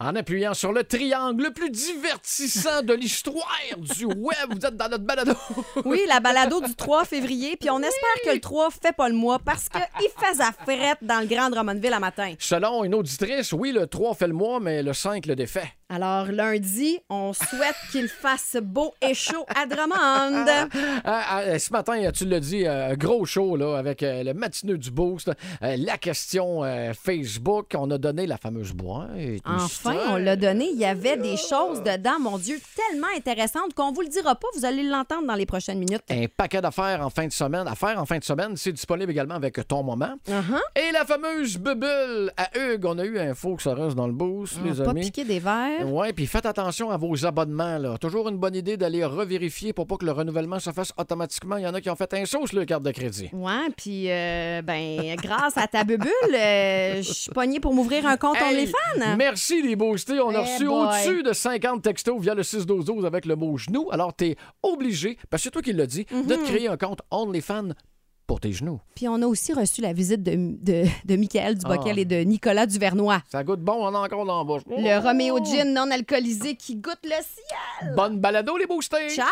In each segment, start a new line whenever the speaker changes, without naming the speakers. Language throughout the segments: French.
en appuyant sur le triangle le plus divertissant de l'histoire du web. Vous êtes dans notre balado.
Oui, la balado du 3 février. Puis on espère que le 3 fait pas le mois parce qu'il fait à frette dans le Grand Drummondville à matin.
Selon une auditrice, oui, le 3 fait le mois, mais le 5 le défait.
Alors, lundi, on souhaite qu'il fasse beau et chaud à Drummond.
Ah, ah, ce matin, tu le dis, gros show là, avec euh, le matineux du Boost, euh, la question euh, Facebook. On a donné la fameuse boîte.
Enfin, on l'a donné. Il y avait des choses dedans, mon Dieu, tellement intéressantes qu'on vous le dira pas. Vous allez l'entendre dans les prochaines minutes.
Un paquet d'affaires en fin de semaine. Affaires en fin de semaine, c'est disponible également avec Ton Moment.
Uh-huh.
Et la fameuse bubule à Hugues. On a eu un faux que ça reste dans le Boost,
On
les
va Ah, pas
amis.
piquer des verres.
Oui, puis faites attention à vos abonnements. Là. Toujours une bonne idée d'aller revérifier pour pas que le renouvellement se fasse automatiquement. Il y en a qui ont fait un sauce, le carte de crédit.
Ouais, puis euh, ben grâce à ta bubule, euh, je suis pognée pour m'ouvrir un compte
Hey,
OnlyFans.
Merci les boostés. On a
hein? Eh
reçu
boy.
au-dessus de 50 textos via le 6-12-12 avec le mot genou. Alors, t'es obligé, parce que c'est toi qui l'as dit, de
Mm-hmm.
te créer un compte OnlyFans pour tes genoux.
Puis on a aussi reçu la visite de, de, de Michael Dubockel
Ah.
et de Nicolas Duvernois.
Ça goûte bon, on en a encore dans la bouche. Oh!
Le Roméo Gin non alcoolisé qui goûte le ciel.
Bonne balado, les boostés!
Ciao!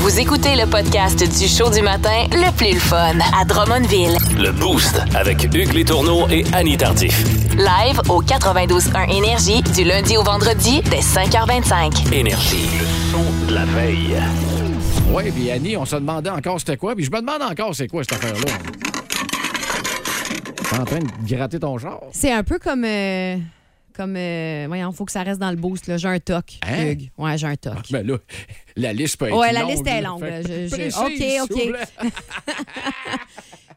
Vous écoutez le podcast du show du matin le plus le fun à Drummondville.
Le Boost avec Hugues Létourneau et Annie Tardif.
Live au 92.1 Énergie du lundi au vendredi dès 5h25.
Énergie. Le son de la veille.
Oui, puis Annie, on se demandait encore c'était quoi, puis je me demande encore c'est quoi cette affaire-là. T'es en train de gratter ton genre.
C'est un peu comme. euh, comme. euh, voyons, faut que ça reste dans le boost. là. J'ai un toc,
Hein?
Hugues. Ouais, j'ai un toc.
Mais là, la liste peut être
Ouais, la
longue,
liste est
là.
longue,
Fait que
je- je-
précise,
OK,
s'il
OK.
vous plaît.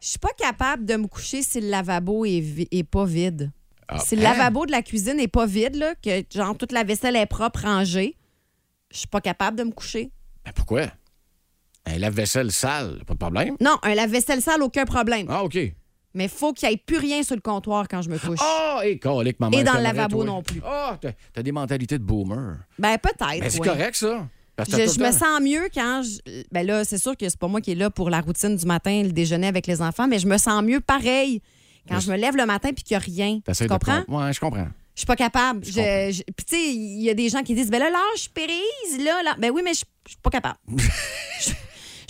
Je suis pas capable de me coucher si le lavabo est, vi- est pas vide.
Ah,
si le
hein?
lavabo de la cuisine est pas vide, là, que genre toute la vaisselle est propre, rangée, je suis pas capable de me coucher.
Mais pourquoi? Un lave-vaisselle sale, pas de problème.
Non, un lave-vaisselle sale, aucun problème.
Ah, OK.
Mais faut qu'il n'y ait plus rien sur le comptoir quand je me couche.
Ah, et colique, maman.
Et dans le lavabo non plus.
Ah, t'as- t'as des mentalités de boomer.
Ben peut-être.
Mais c'est
ouais.
correct, ça. Parce que
Je,
t'as tout
je
le
me
temps-
sens mieux quand je. Ben là, c'est sûr que c'est pas moi qui est là pour la routine du matin, le déjeuner avec les enfants, mais je me sens mieux pareil quand
Mais
je me lève le matin puis qu'il n'y a rien. Tu
T'essayes de
comprends?
prendre- Ouais, je comprends.
Je suis pas capable. Je,
comprends.
je- puis tu sais, il y a des gens qui disent, ben là, lâche, périse, là, là. Ben oui, mais je je suis pas capable. je,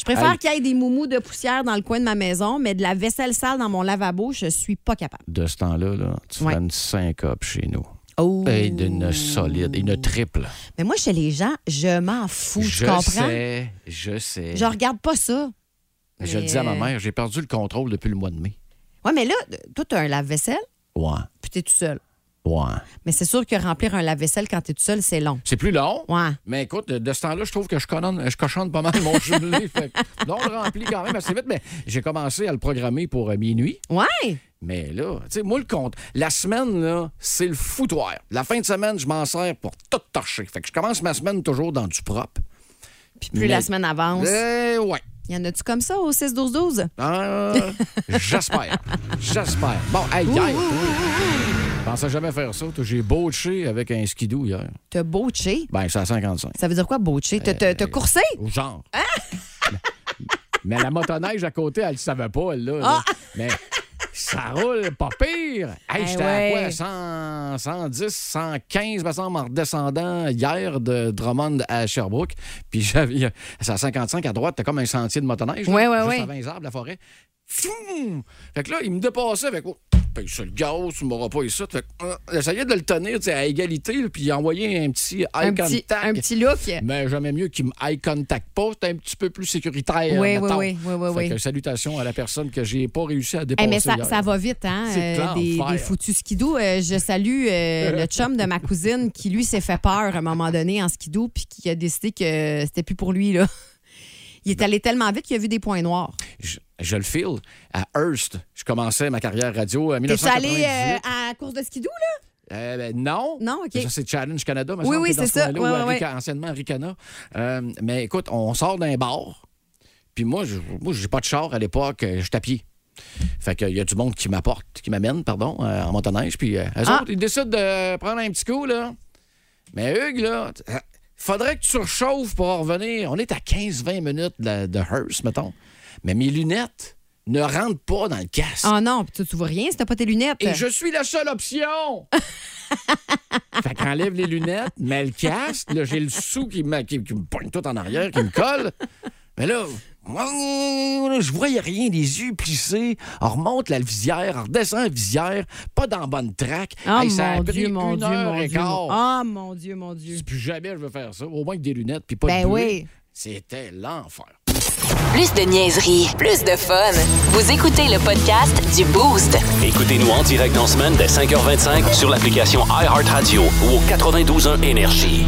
je préfère
Hey.
qu'il y ait des moumous de poussière dans le coin de ma maison, mais de la vaisselle sale dans mon lavabo, je suis pas capable.
De ce temps-là, là, tu
Ouais.
fais une syncope chez nous.
Oh.
Et d'une solide, une triple.
Mais moi, chez les gens, je m'en fous, tu
je
comprends?
sais, je sais.
Je regarde pas ça.
Mais Je
Mais,
le dis à ma
euh,
mère, j'ai perdu le contrôle depuis le mois de mai.
Ouais, mais là, toi, t'as un lave-vaisselle,
Ouais,
puis t'es tout seul.
ouais.
Mais c'est sûr que remplir un lave-vaisselle quand t'es tout seul, c'est long.
C'est plus long.
Ouais.
Mais écoute, de- de ce temps-là, je trouve que je, cononne- je cochonne pas mal mon jumelé. fait que non, on le remplit quand même assez vite, mais j'ai commencé à le programmer pour euh, minuit.
Ouais!
Mais là, tu sais, moi, le compte, la semaine, là, c'est le foutoir. La fin de semaine, je m'en sers pour tout torcher. Fait que je commence ma semaine toujours dans du propre.
Puis plus
Mais-
la semaine avance.
Eh ouais.
Y en a-tu comme ça au 6-12-12?
Euh, J'espère. J'espère. Bon, hey, hier. Je pensais jamais faire ça. toi. J'ai botché avec un skidoo hier.
T'as botché.
Ben, c'est à 55.
Ça Ah! veut dire quoi, botché? T'as-
Euh,
T'as t'as coursé?
Au genre. Mais la motoneige à côté, elle le savait pas, elle, là.
Ah!
là. Mais ça roule pas pire. Hey,
Eh
j'étais
ouais.
à quoi? 100, 110, 115, me semble, en redescendant hier de Drummond à Sherbrooke. Puis j'avais- il y a- c'est à 55 à droite, t'as comme un sentier de motoneige. là,
Ouais, ouais,
juste
ouais.
avant les arbres, la forêt. Fioum! Fait que là, il me dépassait avec. Oh, paye ça le gaz, tu m'auras pas eu ça. Fait que, euh, j'essayais de le tenir tu sais, à égalité, là, puis il envoyait un petit eye
Un petit,
contact.
un petit look.
Mais j'aimais mieux qu'il me eye contact pas. C'est un petit peu plus sécuritaire.
Oui,
euh, mettons.
oui, oui, oui, oui,
Fait
oui.
que salutations à la personne que j'ai pas réussi à
Eh,
dépasser.
mais ça,
hier.
ça va vite, hein?
C'est clair,
des,
faire.
des foutus skidoo. Euh, je salue euh, le chum de ma cousine qui, lui, s'est fait peur à un moment donné en skidoo puis qui a décidé que c'était plus pour lui, là. Il
Ben
est allé tellement vite qu'il a vu des points noirs.
Je, je le file à Hearst. Je commençais ma carrière radio en
T'es-tu allé
1998.
euh, à la course de skidoo, là?
Euh, ben, non.
Non, OK.
Ça, c'est Challenge Canada. me
Oui,
semble,
oui,
qui est dans
c'est
ce
ça.
coin-là,
Ouais,
ou à
ouais,
Rica- anciennement Ricana. Euh, mais écoute, on sort d'un bar. Puis moi, je moi, j'ai pas de char à l'époque. euh, Je suis à pied. Fait qu'il y a du monde qui m'apporte, qui m'amène, pardon, euh, en motoneige. Puis euh, eux
Ah.
autres, ils décident de prendre un petit coup, là. Mais Hugues, là, t- euh, faudrait que tu surchauffes pour en revenir. On est à 15-20 minutes de, de Hearst, mettons. Mais mes lunettes ne rentre pas dans le casque.
Ah non, puis tu, tu vois rien si t'as pas tes lunettes.
Et je suis la seule option! fait qu'enlève les lunettes, mets le casque, là, j'ai le sou qui me, qui, qui me pointe tout en arrière, qui me colle. Mais là, je voyais rien, les yeux plissés. On remonte la visière, on redescend la visière, pas dans la bonne traque.
Oh
Hey, ça a
mon
pris
Dieu, mon
une
Dieu,
heure
mon
et
Dieu.
quart.
Ah mon Dieu, mon Dieu.
Puis jamais je veux faire ça, au moins avec des lunettes, puis pas
Ben
de buée.
oui.
C'était l'enfer.
Plus de niaiserie, plus de fun. Vous écoutez le podcast du Boost.
Écoutez-nous en direct dans la semaine dès 5h25 sur l'application iHeartRadio ou au 92.1 Énergie.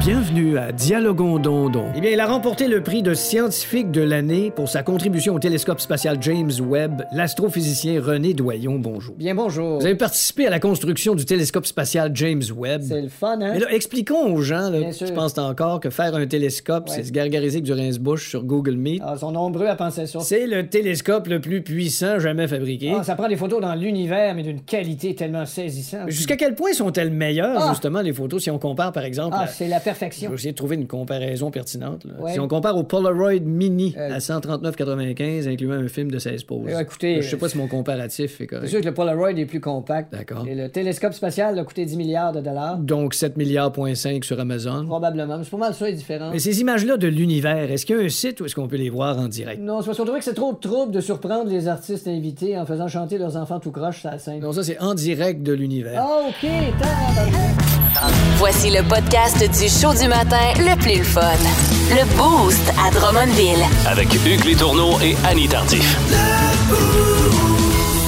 Bienvenue à Dialogons Dondon.
Eh bien, il a remporté le prix de scientifique de l'année pour sa contribution au télescope spatial James Webb, l'astrophysicien René Doyon. Bonjour. Bien, bonjour. Vous avez participé à la construction du télescope spatial James Webb. C'est le fun, hein? Mais là, expliquons aux gens, là, tu penses encore que faire un télescope, c'est se gargariser avec du rince-bouche sur Google Meet.
Ah, ils sont nombreux à penser ça.
C'est le télescope le plus puissant jamais fabriqué.
Ah, ça prend des photos dans l'univers, mais d'une qualité tellement saisissante.
Jusqu'à quel point sont-elles meilleures,
Ah!
justement, les photos, si on compare, par exemple,
Ah,
à-
c'est la
Je
perfection.
vais essayer de trouver une comparaison pertinente. là.
Ouais.
Si on compare au Polaroid Mini
Euh,
à 139,95, incluant un film de 16 poses.
Euh, écoutez,
je sais pas si mon comparatif est
C'est
correct.
sûr que le Polaroid est plus compact.
D'accord.
Et le télescope spatial a coûté 10 milliards de dollars.
Donc 7 milliards,5 sur Amazon.
Probablement. Mais C'est pas mal ça, les différences.
Mais ces images-là de l'univers, est-ce qu'il y a un site où est-ce qu'on peut les voir en direct?
Non, c'est parce qu'on trouvait que c'est trop de trouble de surprendre les artistes invités en faisant chanter leurs enfants tout croche sur la scène.
Non, ça c'est en direct de l'univers.
Ah, OK, tabarnak.
Voici le podcast du show du matin le plus fun. Le Boost à Drummondville.
Avec Hugues Létourneau et Annie Tardif.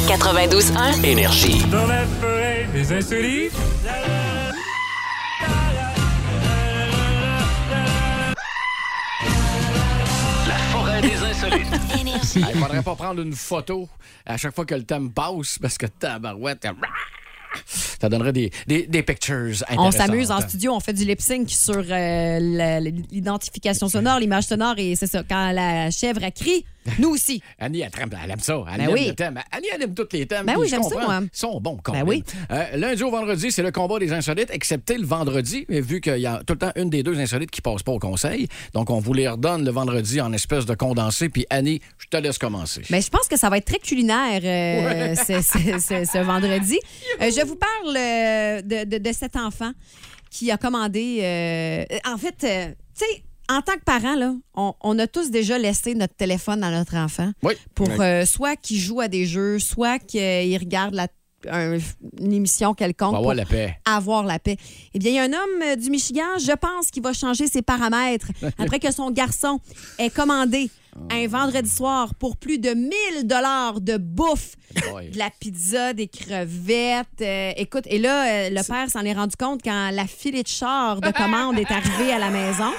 92.1.
Énergie.
Dans la forêt des insolites.
La forêt des insolites.
Ah, Il faudrait pas prendre une photo à chaque fois que le thème passe parce que tabarouette, t'as- ça donnerait des, des, des pictures
On
intéressantes.
s'amuse en studio, on fait du lip sync sur euh, la- l'identification sonore, l'image sonore et c'est ça. Quand la chèvre a crie, nous aussi.
Annie, elle, tremble, elle aime ça. Elle
Ben
aime
oui.
le thème. Annie, elle aime tous les thèmes.
Ben
puis
oui,
je
j'aime ça,
comprends.
moi.
Ils sont bons, quand
Ben
même.
oui.
Euh, lundi au vendredi, c'est le combat des insolites, excepté le vendredi, mais vu qu'il y a tout le temps une des deux insolites qui passe pas au conseil. Donc, on vous les redonne le vendredi en espèce de condensé. Puis, Annie, je te laisse commencer.
Mais je pense que ça va être très culinaire euh, ce, ce- ce- ce vendredi. Euh, je vous parle euh, de, de- de cet enfant qui a commandé. euh, en fait, euh, tu sais, en tant que parent, là, on, on a tous déjà laissé notre téléphone à notre enfant
Oui.
pour
Oui.
euh, soit qu'il joue à des jeux, soit qu'il regarde la- un- une émission quelconque.
On va
pour-
avoir la paix.
avoir la paix. Eh bien, il y a un homme euh, du Michigan, je pense, qui va changer ses paramètres après que son garçon ait commandé
Oh.
un vendredi soir pour plus de 1000 dollars de bouffe,
Ouais.
de la pizza, des crevettes. euh, écoute, et là, euh, le père s'en est rendu compte quand la filet de char de commande est arrivée à la maison.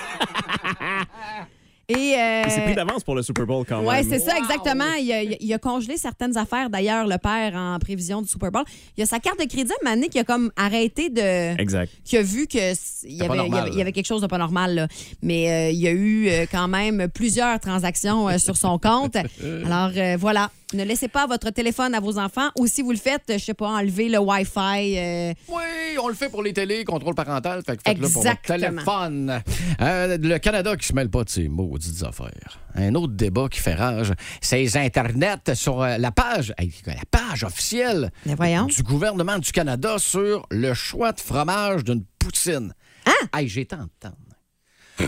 Et, euh,
C'est pris d'avance pour le Super Bowl quand
oui,
même.
c'est ça, exactement. Il a, il a- il a congelé certaines affaires, d'ailleurs, le père, en prévision du Super Bowl. Il a sa carte de crédit, à un moment donné, qui a comme arrêté de.
Exact.
qui a vu qu'il y,
pas
avait- il y,
normal,
avait- il
là.
y avait quelque chose de pas normal. là. Mais euh, il y a eu euh, quand même plusieurs transactions euh, sur son compte. Alors euh, voilà, ne laissez pas votre téléphone à vos enfants ou si vous le faites, je sais pas, enlever le Wi-Fi. euh,
Oui, on le fait pour les télés, contrôle parental. Fait que faites-le pour votre
Exactement.
téléphone. Euh, le Canada qui se mêle pas de ces maudites affaires. Un autre débat qui fait rage, c'est les Internet sur euh, la page, hey, la page officielle
Mais voyons.
du gouvernement du Canada sur le choix de fromage d'une poutine.
Hein?
Hey, j'ai tant de temps.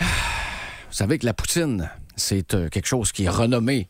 Vous savez que la poutine, c'est euh, quelque chose qui est renommé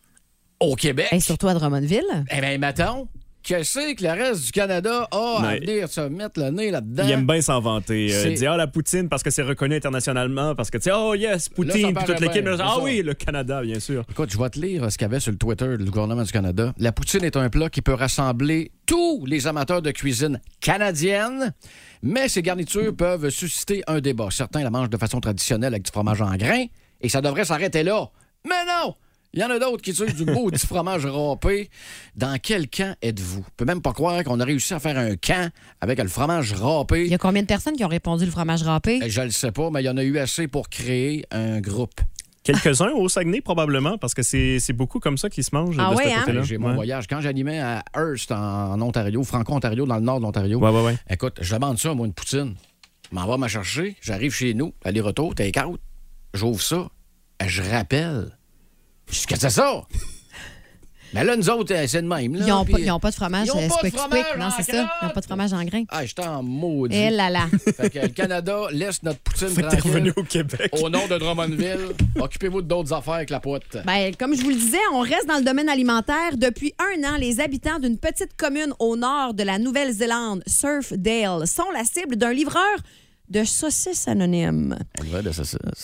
au Québec.
et surtout à Drummondville.
Eh bien, mettons, qu'est-ce que le reste du Canada a à
Mais-
venir se mettre le nez là-dedans?
Il aime bien s'en vanter.
C'est-
Euh, il dit, ah, la Poutine, parce que c'est reconnu internationalement, parce que, tu sais, oh yes,
Là, ça
Poutine, puis
paraît
toute l'équipe.
bien,
Mais,
c'est
Ah
ça.
oui, le Canada, bien sûr.
Écoute, je vais te lire ce qu'il y avait sur le Twitter du gouvernement du Canada. La poutine est un plat qui peut rassembler tous les amateurs de cuisine canadienne, mais ses garnitures peuvent susciter un débat. Certains la mangent de façon traditionnelle avec du fromage en grains, et ça devrait s'arrêter là. Mais non! Il y en a d'autres qui tuent du beau petit fromage râpé. Dans quel camp êtes-vous? Je peux même pas croire qu'on a réussi à faire un camp avec le fromage râpé. Eh,
Il y a combien de personnes qui ont répondu le fromage râpé?
Je le sais pas, mais il y en a eu assez pour créer un groupe.
Quelques-uns au Saguenay, probablement, parce que c'est c'est beaucoup comme ça qu'ils se mangent
Ah
de
ouais,
ce
hein?
côté-là.
J'ai mon
ouais.
voyage. Quand j'animais à Hearst, en Ontario, Franco-Ontario, dans le nord de l'Ontario,
Ouais, ouais, ouais.
écoute, je demande ça, moi, une poutine. Je m'en vais me chercher, j'arrive chez nous, aller-retour, take out, j'ouvre ça, je rappelle. Qu'est-ce que c'est ça? Mais là, nous autres, euh, c'est de même. Là,
Ils n'ont
puis-
pas, ils ont pas de fromage.
Ils ont
euh,
pas de
Squick
fromage
Squick.
en
Non, c'est ça. Ils n'ont
crotte.
pas de fromage en grain.
Ah, j'étais en maudit.
Eh là là.
Fait que le Canada laisse notre poutine
Fait que t'es revenu
tranquille.
au Québec.
Au nom de Drummondville, occupez-vous d'autres affaires avec la pote.
Ben, comme je vous le disais, on reste dans le domaine alimentaire. Depuis un an, les habitants d'une petite commune au nord de la Nouvelle-Zélande, Surfdale, sont la cible d'un livreur de saucisses anonymes.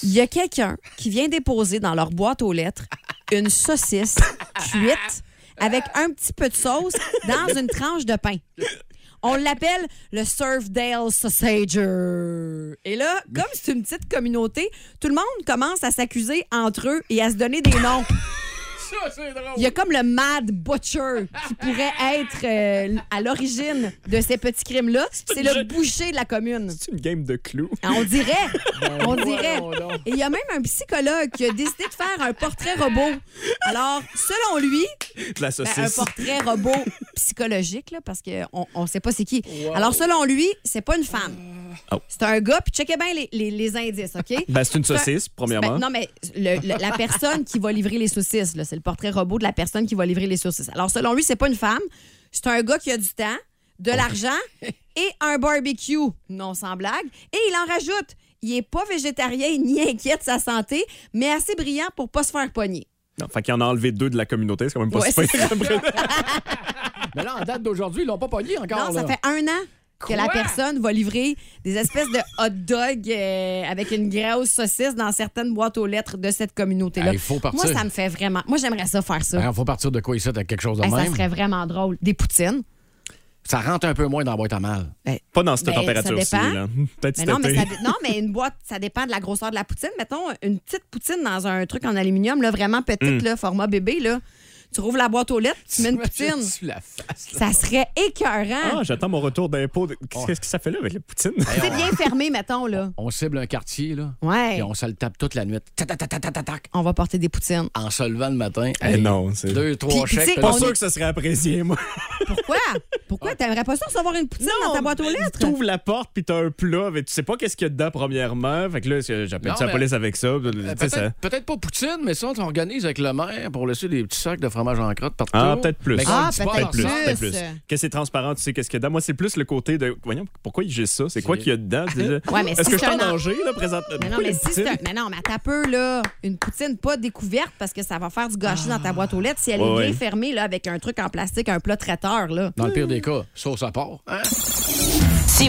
Il y a quelqu'un qui vient déposer dans leur boîte aux lettres une saucisse cuite avec un petit peu de sauce dans une tranche de pain. On l'appelle le Surfdale Sausager. Et là, comme c'est une petite communauté, tout le monde commence à s'accuser entre eux et à se donner des noms.
Ça, c'est drôle.
Il y a comme le Mad Butcher qui pourrait être euh, à l'origine de ces petits crimes-là. C'est le boucher de la commune.
C'est une game de clous.
Ah, On dirait. on dirait.
Ben voyons donc.
Et il y a même un psychologue qui a décidé de faire un portrait robot. Alors, selon lui,
De
ben,
la
un
saucisse.
portrait robot psychologique, là, parce qu'on ne sait pas c'est qui. Alors, selon lui, c'est pas une femme.
Oh.
C'est un gars, puis checkez bien les, les- les indices, OK?
Ben, c'est une saucisse,
Ben,
premièrement.
non, mais le- le- la personne qui va livrer les saucisses, là, c'est le portrait robot de la personne qui va livrer les saucisses. Alors, selon lui, c'est pas une femme. C'est un gars qui a du temps,
Oh.
de l'argent et un barbecue. Non, sans blague. Et il en rajoute. Il est pas végétarien ni inquiet de sa santé, mais assez brillant pour pas se faire pogner.
Non, fait qu'il en a enlevé deux de la communauté, c'est quand même pas
Ouais,
super.
c'est ça.
Mais là, en date d'aujourd'hui, ils l'ont pas pogné encore.
Non, ça
là.
fait un an que la personne va livrer des espèces de hot dogs euh, avec une grosse saucisse dans certaines boîtes aux lettres de cette communauté-là.
Ah, il faut partir.
Moi, ça me fait vraiment. Moi, j'aimerais ça faire ça.
Il faut Ben, partir de quoi ici avec quelque chose de
Hey, ça
même.
serait vraiment drôle. Des poutines.
Ça rentre un peu moins dans la boîte à mal.
Pas dans cette
Ben, ça
température-ci.
dépend.
là. Peut-être
Mais
cet
non, mais
été.
ça, dé- non, mais une boîte, ça dépend de la grosseur de la poutine. Mettons, une petite poutine dans un truc en aluminium, là, vraiment
Mm.
petite, là, format bébé. Là. Tu rouvres la boîte aux lettres, tu mets une poutine.
Sur la face.
Ça serait écœurant.
Ah, j'attends mon retour d'impôt. de-
Oh.
Qu'est-ce que ça fait là avec la poutine?
Ah,
C'est bien fermé, mettons. là.
On cible un quartier, là.
Ouais.
Et on se le tape toute la nuit. Tac, tac, tac, tac, tac, tac, tac.
On va porter des poutines.
En se levant le matin.
Eh
allez,
non, c'est-
Deux,
Puis-
trois
puis
chèques.
tu sais,
là,
on
sûr
est-
que ça serait apprécié, moi.
Pourquoi? Pourquoi? T'aimerais pas ça recevoir une poutine dans ta boîte aux lettres?
T'ouvres la porte, puis t'as un plat, mais tu sais pas qu'est-ce qu'il y a dedans, premièrement. Fait que là, c'est- j'appelle
Non,
ça la
mais-
police avec ça. Tu
euh,
sais,
Peut-être
ça-
peut-être pas Poutine, mais ça, on s'organise avec le maire pour laisser des petits sacs de fromage en crotte partout.
Ah, peut-être plus.
Mais qu'on
Ah,
le dise pas
peut-être
à
plus.
personne.
Peut-être plus. Que c'est transparent, tu sais qu'est-ce qu'il y a dedans. Moi, c'est plus le côté de. Voyons, pourquoi j'ai ça? C'est quoi qu'il y a dedans?
Ouais, mais
Est-ce
si
que je suis
c'est
en
un en-
danger, là, présentement?
Mais non,
Pourquoi
mais
les
si
poutines?
c'est un- Mais non, mais attends un peu, là. Une poutine pas découverte parce que ça va faire du gâchis dans ta boîte aux lettres si elle
Ouais,
est bien
ouais.
fermée, là, avec un truc en plastique, un plat traiteur, là.
Dans le pire des cas, sauce à part. Hein?
Si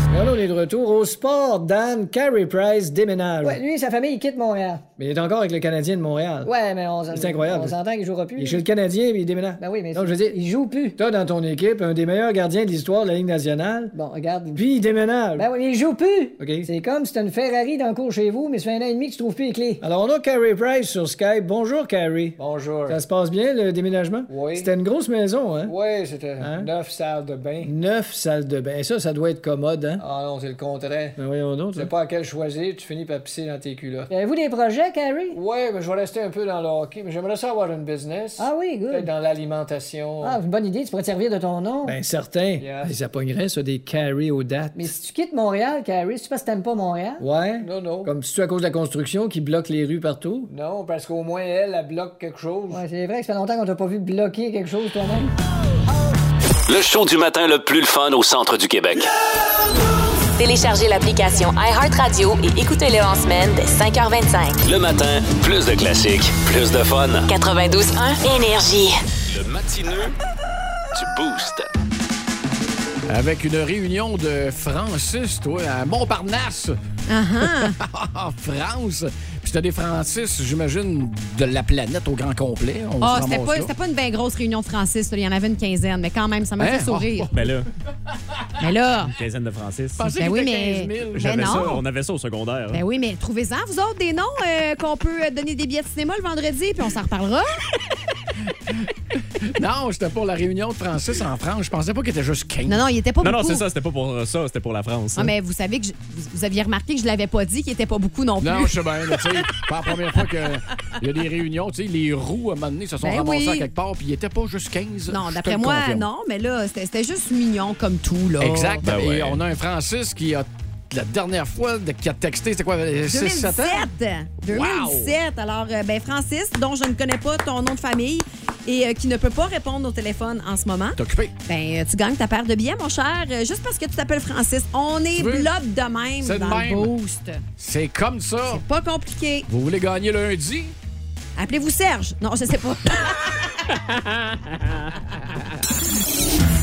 là, on est de retour au sport. Dan Carey Price déménage.
Ouais, lui et sa famille, ils quittent Montréal.
Mais il est encore avec le Canadien de Montréal.
Ouais, mais on s'en-
C'est incroyable.
On s'entend qu'il jouera plus.
Il est chez le Canadien, mais il déménage.
Ben oui, mais
Non, je veux dire,
il joue plus.
t'as dans ton équipe un des meilleurs gardiens de l'histoire de la Ligue nationale,
Bon, regarde.
puis il déménage.
Ben oui, mais il joue plus.
OK.
C'est comme si t'as une Ferrari dans le cours chez vous, mais ça fait un an et demi que tu trouves plus les clés.
Alors, on a Carey Price sur Skype. Bonjour, Carey.
Bonjour.
Ça se passe bien, le déménagement?
Oui.
C'était une grosse maison, hein?
Oui, c'était neuf salles de bain.
Neuf salles de bain. Ça, ça doit être commode, hein?
Ah non, c'est le contraire.
Ben voyons donc.
sais
ça.
pas à quel choisir, tu finis par pisser dans tes culottes. Avez-vous des projets, Carrie? Ouais, mais je vais rester un peu dans le hockey, mais j'aimerais ça avoir une business. Ah oui, good. Peut-être dans l'alimentation. Ah, une bonne idée, tu pourrais te servir de ton nom.
Ben certain.
Yeah.
Ben, ça pognerait, ça, des Carey aux dates.
Mais si tu quittes Montréal, Carrie, c'est parce que t'aimes pas Montréal?
Ouais?
Non, non.
Comme si tu à cause de la construction qui bloque les rues partout?
Non, parce qu'au moins elle, elle bloque quelque chose. Ouais, c'est vrai que ça fait longtemps qu'on t'a pas vu bloquer quelque chose toi-même.
Le show du matin le plus le fun au centre du Québec.
Téléchargez l'application iHeartRadio et écoutez-le en semaine dès 5h25.
Le matin, plus de classiques, plus de fun.
92.1. Énergie.
Le matineux du Boost.
Avec une réunion de Francis, toi, à Montparnasse.
Uh-huh.
En France. Puis t'as des Francis, j'imagine, de la planète au grand complet. On
Ah,
se
c'était
ramasse
pas,
là.
c'était pas une bien grosse réunion de Francis, là. Il y en avait une quinzaine, mais quand même, ça m'a
Hein?
fait sourire.
Ben là,
Mais là,
quinzaine de Francis.
Je pensais
Ben
qu'il
oui,
était
mais-
15 000.
J'avais
Ben
ça,
non.
on avait ça au secondaire.
ben oui, mais trouvez-en, vous autres, des noms euh, qu'on peut euh, donner des billets de cinéma le vendredi, puis on s'en reparlera.
Non, c'était pour la réunion de Francis en France. Je pensais pas qu'il était juste 15.
Non, non, il était pas
Non, non,
beaucoup.
c'est ça, c'était pas pour euh, ça, c'était pour la France.
Ah,
hein.
mais vous savez que je- vous, vous aviez remarqué que je l'avais pas dit, qu'il était pas beaucoup non plus.
Non, je sais bien, là, tu sais, pas la première fois qu'il y a des réunions, tu sais, les roues, à un moment donné, se sont
Ben
ramassées
oui.
à quelque part, puis il était pas juste 15.
Non,
je te
d'après
le
moi,
confirme.
non, mais là, c'était c'était juste mignon comme tout, là.
Exact.
Ben ouais.
Et on a un Francis qui a, la dernière fois, de- qui a texté, c'était quoi, 6-7 ans?
2007. 2007. Alors, euh, ben Francis, dont je ne connais pas ton nom de famille et euh, qui ne peut pas répondre au téléphone en ce moment,
T'es occupé.
ben euh, tu gagnes ta paire de billets, mon cher, euh, juste parce que tu t'appelles Francis. On est
Tu veux?
blob de même
C'est de
dans
même.
le boost.
C'est comme ça.
Pas compliqué.
Vous voulez gagner lundi?
Appelez-vous Serge. Non, je sais pas.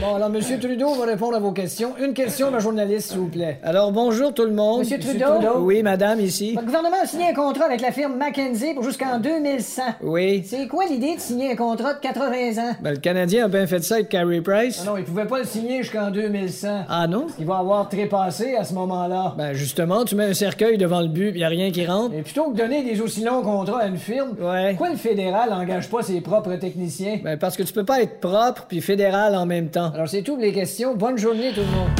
Bon, alors, M. Trudeau va répondre à vos questions. Une question d'un journaliste, s'il vous plaît.
Alors, bonjour tout le monde.
Monsieur
Monsieur
Trudeau?
Oui, madame, ici.
Le gouvernement a signé un contrat avec la firme McKenzie pour jusqu'en 2100.
Oui.
C'est quoi l'idée de signer un contrat de 80 ans?
Ben, le Canadien a bien fait ça avec Carey Price.
Ah Non, il pouvait pas le signer jusqu'en 2100.
Ah non?
Il va avoir trépassé à ce moment-là.
Ben, justement, tu mets un cercueil devant le but, pis y a rien qui rentre.
Et plutôt que donner des aussi longs contrats à une firme,
Ouais.
pourquoi le fédéral n'engage pas ses propres techniciens?
Ben, parce que tu peux pas être propre puis fédéral en même temps.
Alors, c'est tout pour les questions. Bonne journée, tout le monde.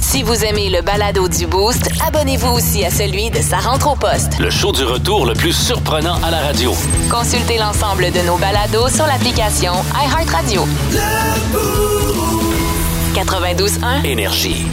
Si vous aimez le balado du Boost, abonnez-vous aussi à celui de Sa rentre au poste.
Le show du retour le plus surprenant à la radio.
Consultez l'ensemble de nos balados sur l'application iHeartRadio. 92.1.
Énergie.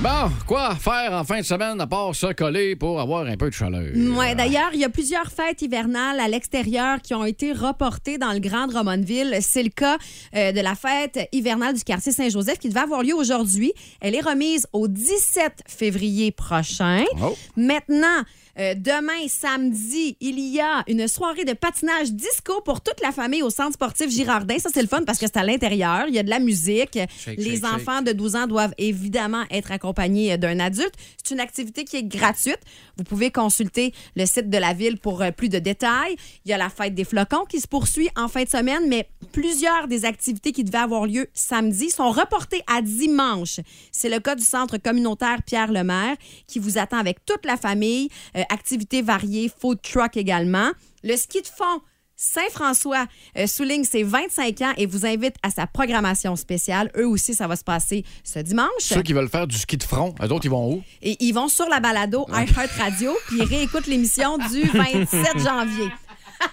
Bon, quoi faire en fin de semaine à part se coller pour avoir un peu de chaleur?
Ouais, d'ailleurs, il y a plusieurs fêtes hivernales à l'extérieur qui ont été reportées dans le Grand Drummondville. C'est le cas euh, de la fête hivernale du quartier Saint-Joseph qui devait avoir lieu aujourd'hui. Elle est remise au 17 février prochain.
Oh.
Maintenant, euh, demain samedi, il y a une soirée de patinage disco pour toute la famille au centre sportif Girardin. Ça, c'est le fun parce que c'est à l'intérieur. Il y a de la musique.
Shake,
Les
shake,
enfants de 12 ans doivent évidemment être accompagnés euh, d'un adulte. C'est une activité qui est gratuite. Vous pouvez consulter le site de la ville pour euh, plus de détails. Il y a la fête des flocons qui se poursuit en fin de semaine, mais plusieurs des activités qui devaient avoir lieu samedi sont reportées à dimanche. C'est le cas du centre communautaire Pierre Lemaire qui vous attend avec toute la famille. Euh, activités variées, food truck également. Le ski de fond Saint-François euh, souligne ses 25 ans et vous invite à sa programmation spéciale. Eux aussi, ça va se passer ce dimanche.
Ceux qui veulent faire du ski de front, eux autres, ils vont où?
Et ils vont sur la balado iHeart Radio puis ils réécoutent l'émission du 27 janvier.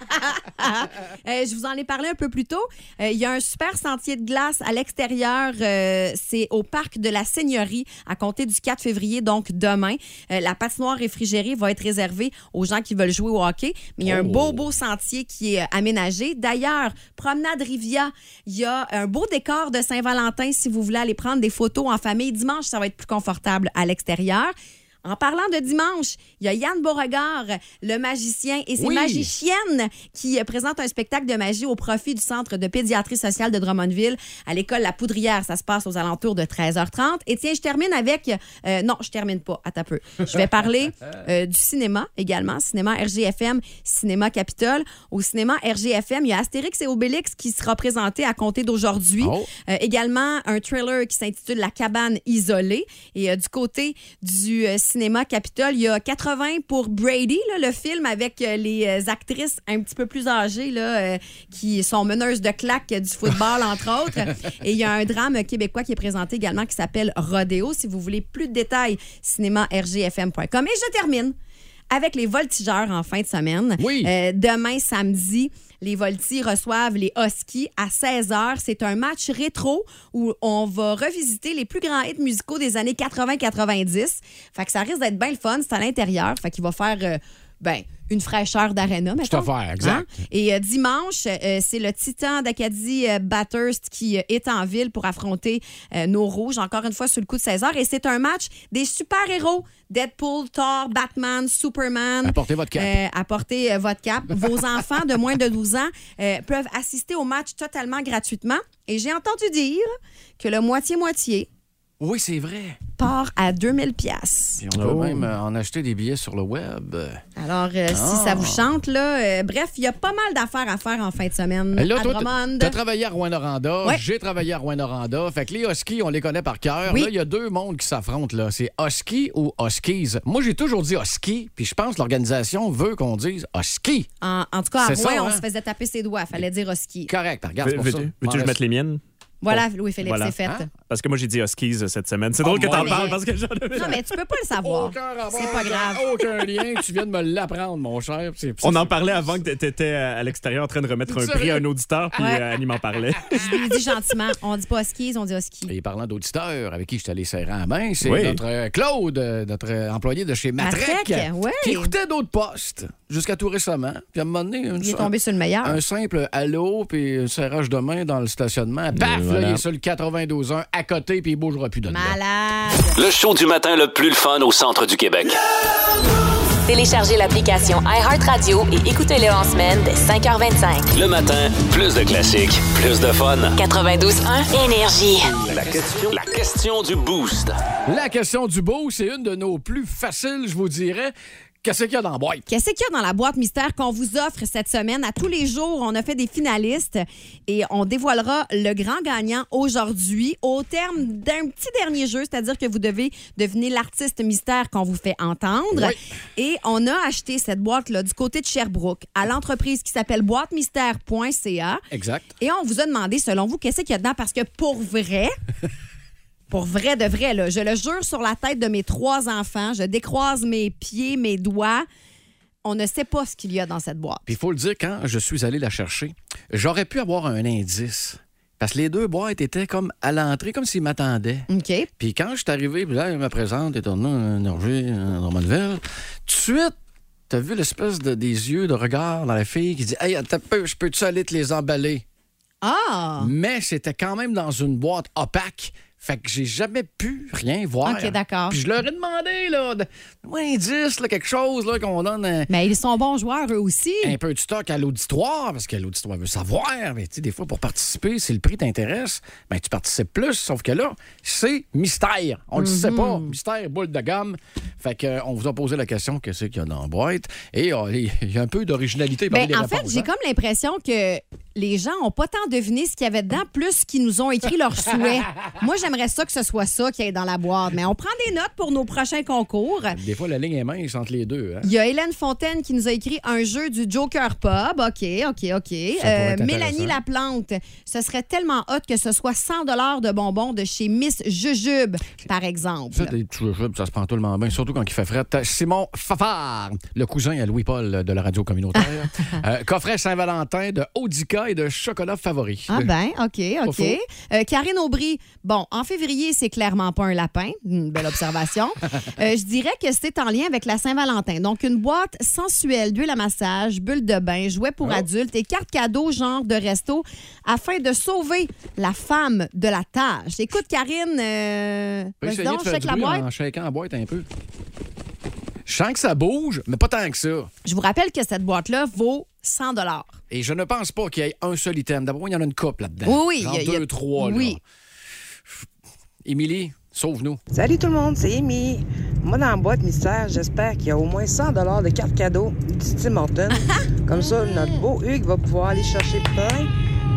Euh, je vous en ai parlé un peu plus tôt. Euh, Il y a un super sentier de glace à l'extérieur. euh, c'est au parc de la Seigneurie à compter du 4 février, donc demain. Euh, la patinoire réfrigérée va être réservée aux gens qui veulent jouer au hockey. Mais il y a un beau, beau sentier qui est euh, aménagé. D'ailleurs, promenade Rivia, il y a un beau décor de Saint-Valentin si vous voulez aller prendre des photos en famille. Dimanche, ça va être plus confortable à l'extérieur. En parlant de dimanche, il y a Yann Beauregard, le magicien, et ses
Oui.
magiciennes qui euh, présentent un spectacle de magie au profit du Centre de pédiatrie sociale de Drummondville à l'école La Poudrière. Ça se passe aux alentours de 13h30. Et tiens, je termine avec... euh, non, je termine pas, à peu. Je vais parler euh, du cinéma également, cinéma RGFM, cinéma Capitole. Au cinéma RGFM, il y a Astérix et Obélix qui sera présenté à compter d'aujourd'hui.
Oh.
Euh, également, un trailer qui s'intitule La cabane isolée. Et euh, du côté du euh, cinéma Capitole, il y a 80 pour Brady, là, le film avec euh, les euh, actrices un petit peu plus âgées là, euh, qui sont meneuses de claques euh, du football, entre autres. Et il y a un drame québécois qui est présenté également qui s'appelle Rodéo. Si vous voulez plus de détails, cinéma-rgfm.com. Et je termine avec les voltigeurs en fin de semaine.
Oui.
Euh, demain, samedi, les Voltis reçoivent les Huskies à 16h. C'est un match rétro où on va revisiter les plus grands hits musicaux des années 80-90. Fait que ça risque d'être bien le fun. C'est à l'intérieur. Fait qu'il va faire... euh, ben, une fraîcheur d'aréna, mettons.
offert, exact.
Et euh, dimanche, euh, c'est le Titan d'Acadie euh, Bathurst qui euh, est en ville pour affronter euh, nos Rouges, encore une fois sur le coup de 16h. Et c'est un match des super-héros. Deadpool, Thor, Batman, Superman.
Apportez votre cape.
Euh, apportez euh, votre cap. Vos enfants de moins de 12 ans euh, peuvent assister au match totalement gratuitement. Et j'ai entendu dire que le moitié-moitié
Oui, c'est vrai.
part à 2000 pièces.
Puis on peut
oh.
même euh, en acheter des billets sur le web. Euh,
Alors, euh, si ça vous
Ah.
chante, là, euh, bref, il y a pas mal d'affaires à faire en fin de semaine
Là,
à
toi,
Drummond.
t'as- t'as travaillé à Rouen-Noranda,
Ouais.
j'ai travaillé à Rouen-Noranda. Ah, Fait que les Huskies, on les connaît par cœur.
Oui.
Là, il y a deux mondes qui s'affrontent, là. C'est Husky ou Huskies. Moi, j'ai toujours dit Husky, puis je pense que l'organisation veut qu'on dise Husky.
En, en tout cas, à Rouen,
C'est ça, hein?
on se faisait taper ses doigts. Fallait dire au ski.
Correct, ben, regarde,
Veux-
c'est pour ça.
Veux-tu veux-tu que je mette les miennes?
Voilà, Louis-Philippe,
Voilà.
c'est fait.
Hein?
Parce que moi, j'ai dit Huskies euh, cette semaine. C'est drôle que
moi,
t'en
mais-
parles parce que j'en avais.
Non, mais tu peux pas le savoir. C'est pas grave.
Aucun lien, tu viens de me l'apprendre, mon cher. C'est- c'est-
On en parlait avant que t'étais à à l'extérieur en train de remettre un
C'est vrai.
prix à un auditeur, puis
Ouais.
euh, Annie m'en parlait.
Je lui ai dit gentiment, on dit pas skis, on dit ski.
Et parlant d'auditeurs avec qui je t'allais serrer la main, c'est
Oui.
notre euh, Claude, euh, notre euh, employé de chez Matrec,
Matrec, ouais.
qui écoutait d'autres postes jusqu'à tout récemment. Puis à un moment donné, une
Il est
so-
tombé sur le meilleur.
un simple allô puis un serrage de main dans le stationnement. Paf,
voilà.
là, il est sur le 92.1 à côté puis il bougera plus de là.
Malade.
Le show du matin le plus le fun au centre du Québec.
Téléchargez l'application iHeartRadio et écoutez-le en semaine dès 5h25.
Le matin, plus de classiques, plus de fun.
92.1 Énergie.
La question, la question du boost.
La question du beau, c'est une de nos plus faciles, je vous dirais. Qu'est-ce qu'il y a dans la boîte?
Qu'est-ce qu'il y a dans la boîte mystère qu'on vous offre cette semaine? À tous les jours, on a fait des finalistes et on dévoilera le grand gagnant aujourd'hui au terme d'un petit dernier jeu, c'est-à-dire que vous devez deviner l'artiste mystère qu'on vous fait entendre. Et on a acheté cette boîte-là du côté de Sherbrooke à l'entreprise qui s'appelle boîtemystère.ca.
Exact.
Et on vous a demandé, selon vous, qu'est-ce qu'il y a dedans? Parce que pour vrai, pour vrai de vrai, là, je le jure sur la tête de mes trois enfants, je décroise mes pieds, mes doigts. On ne sait pas ce qu'il y a dans cette boîte.
Puis il faut le dire, quand je suis allé la chercher, j'aurais pu avoir un indice. Parce que les deux boîtes étaient comme à l'entrée, comme s'ils m'attendaient.
OK.
Puis quand je suis arrivé, puis là, il me présente, et tourné hein, un orgé dans ma nouvelle. Tout de suite, t'as vu l'espèce de, des yeux, de regard dans la fille qui dit Hey, attends un peu, je peux-tu aller te les emballer
Ah!
Mais c'était quand même dans une boîte opaque. Fait que j'ai jamais pu rien voir.
Ok, d'accord.
Puis je leur ai demandé, là, de, un indice, là, quelque chose, là, qu'on donne un,
Mais ils sont bons joueurs, eux aussi.
un peu de stock à l'auditoire, parce que l'auditoire veut savoir. Mais tu sais, des fois, pour participer, si le prix t'intéresse, ben, tu participes plus. Sauf que là, c'est mystère. On ne le sait pas.
Mhm.
Mystère, boule de gamme. Fait que, euh, on vous a posé la question qu'est-ce qu'il y a dans la boîte. Et euh, il y a un peu d'originalité parmi
Ben,
les
en fait,
réponses,
j'ai
hein.
comme l'impression que les gens n'ont pas tant deviné ce qu'il y avait dedans, plus qu'ils nous ont écrit leurs souhaits. Moi, j'aimerais ça que ce soit ça qui est dans la boîte. Mais on prend des notes pour nos prochains concours.
Des fois, la ligne est mince entre les deux. hein.
Il y a Hélène Fontaine qui nous a écrit un jeu du Joker Pub. OK, OK, OK.
pourrait être
Mélanie
intéressant.
Laplante, ce serait tellement hot que ce soit 100 de bonbons de chez Miss Jujube, par exemple.
Ça, des petits jeux, ça se prend tout le monde bien, surtout quand il fait fret. Simon Fafard, le cousin à Louis-Paul de la radio communautaire. Euh, coffret Saint-Valentin de Audica et de chocolat favori.
Ah ben, OK, OK.
faux.
Euh, Karine Aubry, bon, en février, c'est clairement pas un lapin. Une belle observation. Euh, je dirais que c'est en lien avec la Saint-Valentin. Donc, une boîte sensuelle d'huile à massage, bulle de bain, jouets
Oh.
pour adultes et cartes cadeaux genre de resto afin de sauver la femme de la tâche. Écoute, Karine, euh,
On va
vas-y
essayer
donc,
de faire
check
du
la
bruit hein.
boîte.
en shakeant la boîte un peu. Je sens que ça bouge, mais pas tant que ça.
Je vous rappelle que cette boîte-là vaut 100
Et je ne pense pas qu'il y ait un seul item. D'abord, il y en a une couple là-dedans.
Oui, oui.
Genre
il y a- il y a-
deux, trois. là.
Oui.
Émilie, sauve-nous.
Salut tout le monde, c'est Amy. Moi, dans la boîte mystère, j'espère qu'il y a au moins 100 de cartes cadeaux du Tim Hortons. Comme ça, notre beau Hugues va pouvoir aller chercher plein,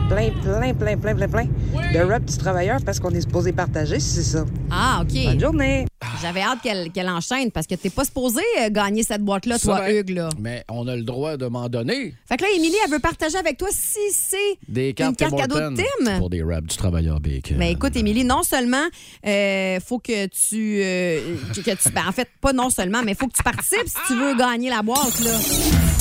plein, plein, plein, plein, plein, plein de rap du travailleur parce qu'on est supposé partager, si c'est ça.
Ah, OK.
Bonne journée!
J'avais hâte qu'elle qu'elle enchaîne parce que t'es pas supposé euh, gagner cette boîte-là,
Ça,
toi,
ben,
Hugues. Là.
Mais on a le droit de m'en donner
Fait que là, Émilie, elle veut partager avec toi si c'est
des cartes
une carte
Tim
cadeau de
Hortons
Tim.
Pour des raps du travailleur bacon.
Mais écoute, Émilie, non seulement euh, faut que tu, euh, que que tu- ben, en fait, pas non seulement, mais faut que tu participes si tu veux gagner la boîte là.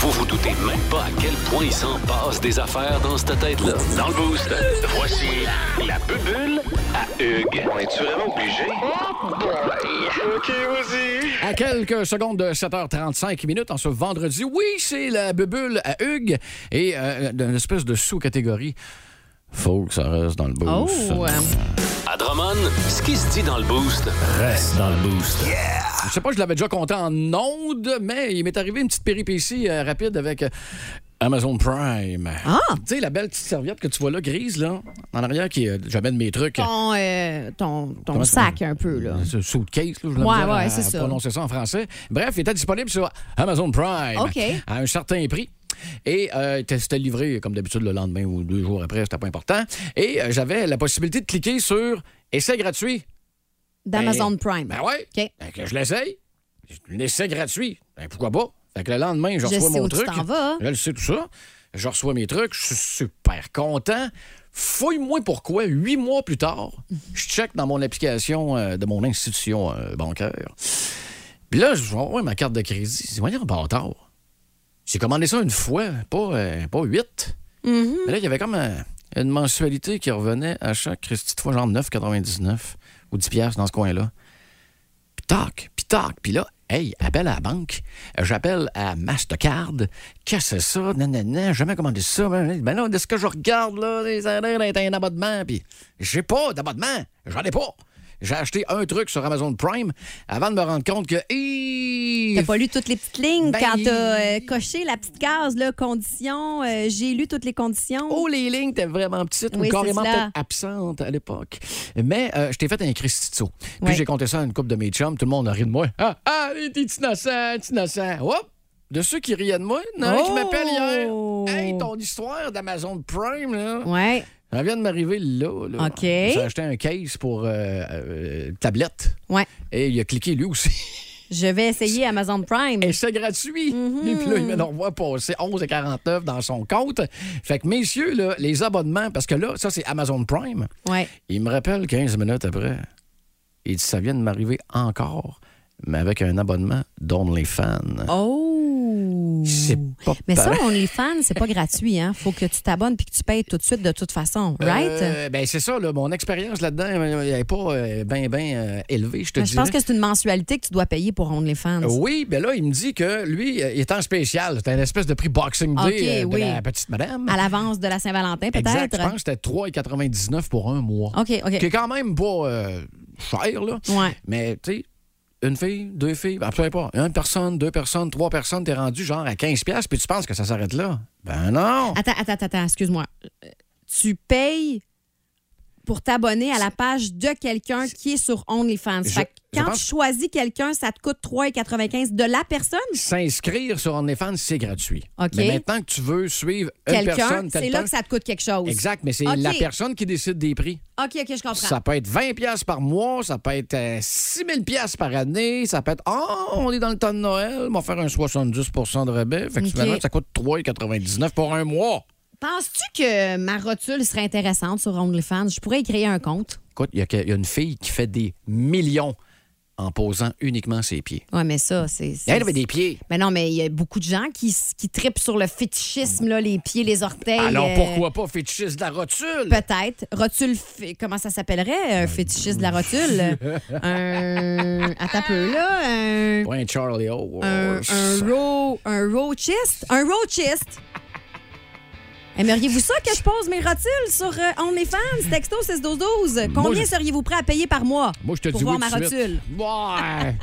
Vous vous doutez même pas à quel point il s'en passe des affaires dans cette tête-là. Dans le boost, voici la bubule à Hugues. On est-tu vraiment obligé? OK, vas-y.
À quelques secondes de 7h35 minutes, en ce euh, vendredi, oui, c'est la bubule à Hugues et euh, d'une espèce de sous-catégorie Faut que ça reste dans le boost.
Oh!
À Drummond, ce qui se dit dans le boost reste dans le boost.
Je sais pas, je l'avais déjà compté en ondes, mais il m'est arrivé une petite péripétie euh, rapide avec euh, Amazon Prime.
Ah!
Tu sais, la belle petite serviette que tu vois là, grise, là, en arrière, qui euh, j'amène mes trucs.
Ton, euh, ton, ton
Comment ça-
sac un peu, là.
Ce Suitcase, là, je
Ouais,
ouais,
ouais,
ouais,
c'est ça.
prononcer ça en français. Bref, il était disponible sur Amazon Prime
OK.
à un certain prix. Et euh, t- c'était livré, comme d'habitude, le lendemain ou deux jours après, c'était pas important. Et euh, j'avais la possibilité de cliquer sur Essai gratuit.
D'Amazon
Ben,
Prime.
Ben ouais.
OK.
Fait que je l'essaye. C'est un essai gratuit. Ben, pourquoi pas? Fait que le lendemain, je
Je
reçois
sais
mon
où tu
truc.
t'en vas. hein.
Je le sais tout ça. Je reçois mes trucs. Je suis super content. Fouille-moi pourquoi, huit mois plus tard, je check dans mon application euh, de mon institution euh, bancaire. Puis là, je vois ouais, ma carte de crédit. C'est voyons, bâtard. J'ai commandé ça une fois, pas, euh, pas huit.
Mm-hmm.
Mais là, il y avait comme euh, une mensualité qui revenait à chaque Christie de fois, genre 9,99 ou 10 piastres dans ce coin-là. Puis tac, puis tac, puis là, hey, appelle à la banque, j'appelle à Mastercard, qu'est-ce que c'est ça, nanana, jamais commandé ça, ben ben là, de ce que je regarde, là, les salaires, t'as un abonnement, puis j'ai pas d'abonnement, j'en ai pas. J'ai acheté un truc sur Amazon Prime avant de me rendre compte que... hi,
T'as pas lu toutes les petites lignes
Ben,
quand t'as euh, coché la petite case, là, conditions. euh, J'ai lu toutes les conditions.
Oh, les lignes étaient vraiment petites
Oui,
ou
c'est
carrément
cela.
peut-être absentes à l'époque. Mais euh, je t'ai fait un cristito. Puis
Ouais.
j'ai compté ça à une coupe de mes chums. Tout le monde a ri de moi. Ah, ah, t'es innocent, t'es innocent. Hop! De ceux qui riaient de moi, il y en a un
Oh!
qui m'appelle hier.
Oh!
Hey, ton histoire d'Amazon Prime, là.
Ouais.
Ça vient de m'arriver là, là.
OK.
J'ai acheté un case pour euh, euh, tablette.
Ouais.
Et il a cliqué lui aussi.
Je vais essayer Amazon Prime. Mm.
Et c'est gratuit. Et
Mhm.
puis là, il me le revoit passer 11,49 dans son compte. Fait que, messieurs, là, les abonnements, parce que là, ça, c'est Amazon Prime.
Ouais.
Il me rappelle 15 minutes après. Il dit Ça vient de m'arriver encore, mais avec un abonnement d'OnlyFans.
Oh!
C'est pas
Mais ça,
pareil.
OnlyFans, c'est pas gratuit, hein? Faut que tu t'abonnes puis que tu payes tout de suite de toute façon, right?
Euh, ben c'est ça, là, mon expérience là-dedans, euh, elle n'est pas euh, ben, ben euh, élevée, je te
Ben,
dis.
je pense que c'est une mensualité que tu dois payer pour OnlyFans.
Oui, ben là, il me dit que lui, euh, il est en spécial. C'est un espèce de prix Boxing Day
OK,
euh, de
oui.
la petite madame.
À l'avance de la Saint-Valentin,
Exact, je pense
peut-être?
que c'était 3,99 pour un mois.
OK, OK.
Qui est quand même pas euh, cher, là.
Ouais.
Mais, tu sais, une fille, deux filles, ben, peu pas. Une personne, deux personnes, trois personnes, t'es rendu genre à 15$, piastres, puis tu penses que ça s'arrête là. Ben non!
Attends, attends, attends, attends, excuse-moi. Euh, Tu payes pour t'abonner à la page de quelqu'un qui est sur OnlyFans.
Je-
Fait que
je
quand
pense-
tu choisis quelqu'un, ça te coûte 3,95 de la personne?
S'inscrire sur OnlyFans, c'est gratuit.
OK.
Mais maintenant que tu veux suivre une
Quelqu'un,
personne,
c'est là que ça te coûte quelque chose.
Exact, mais c'est
OK.
la personne qui décide des prix.
OK, OK, je comprends.
Ça peut être 20$ piastres par mois, ça peut être euh, 6 000$ piastres par année, ça peut être Oh, on est dans le temps de Noël, on va faire un 70 de rebais. Fait que
OK.
finalement, ça coûte 3,99$ pour un mois.
Penses-tu que ma rotule serait intéressante sur OnlyFans? Je pourrais y créer un compte.
Écoute, il y, a que- il y a une fille qui fait des millions en posant uniquement ses pieds.
Ouais, mais ça, c'est. c'est-
Elle avait des pieds.
Mais non, mais il y a beaucoup de gens qui, s- qui tripent sur le fétichisme, là, les pieds, les orteils.
Alors
euh,
pourquoi pas fétichiste de la rotule?
Peut-être. Rotule. fé- Comment ça s'appellerait? Un
Ben,
fétichiste de la rotule? un. Attends un peu, là. Un.
Point Charlie Horse.
Un, un row. Un row chest? Un row chest! Aimeriez-vous ça que je pose mes rotules sur euh, OnlyFans? Texto 61212.
Moi,
Combien
je-
seriez-vous prêt à payer par mois
Moi, je te
pour
dis
voir
oui
ma
tout de suite.
rotule?
Ouais.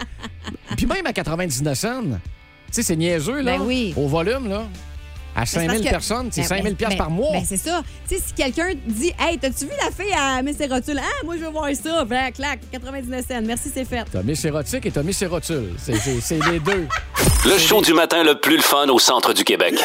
Puis même à 99 cents, tu sais, c'est niaiseux, là.
Ben oui.
Au volume, là. À
Mais
5 000
parce que-
personnes, c'est
Ben,
5 000
ben,
piastres par
ben,
mois.
ben, c'est ça. Tu sais, si quelqu'un dit Hey, t'as-tu vu la fille à Miss Rotule? Ah, moi, je veux voir ça. Ben, clac, 99 cents. Merci, c'est fait.
T'as mis sérotique et t'as mis sérotule. C'est- C'est c'est les deux.
Le show du matin le plus le fun au centre du Québec.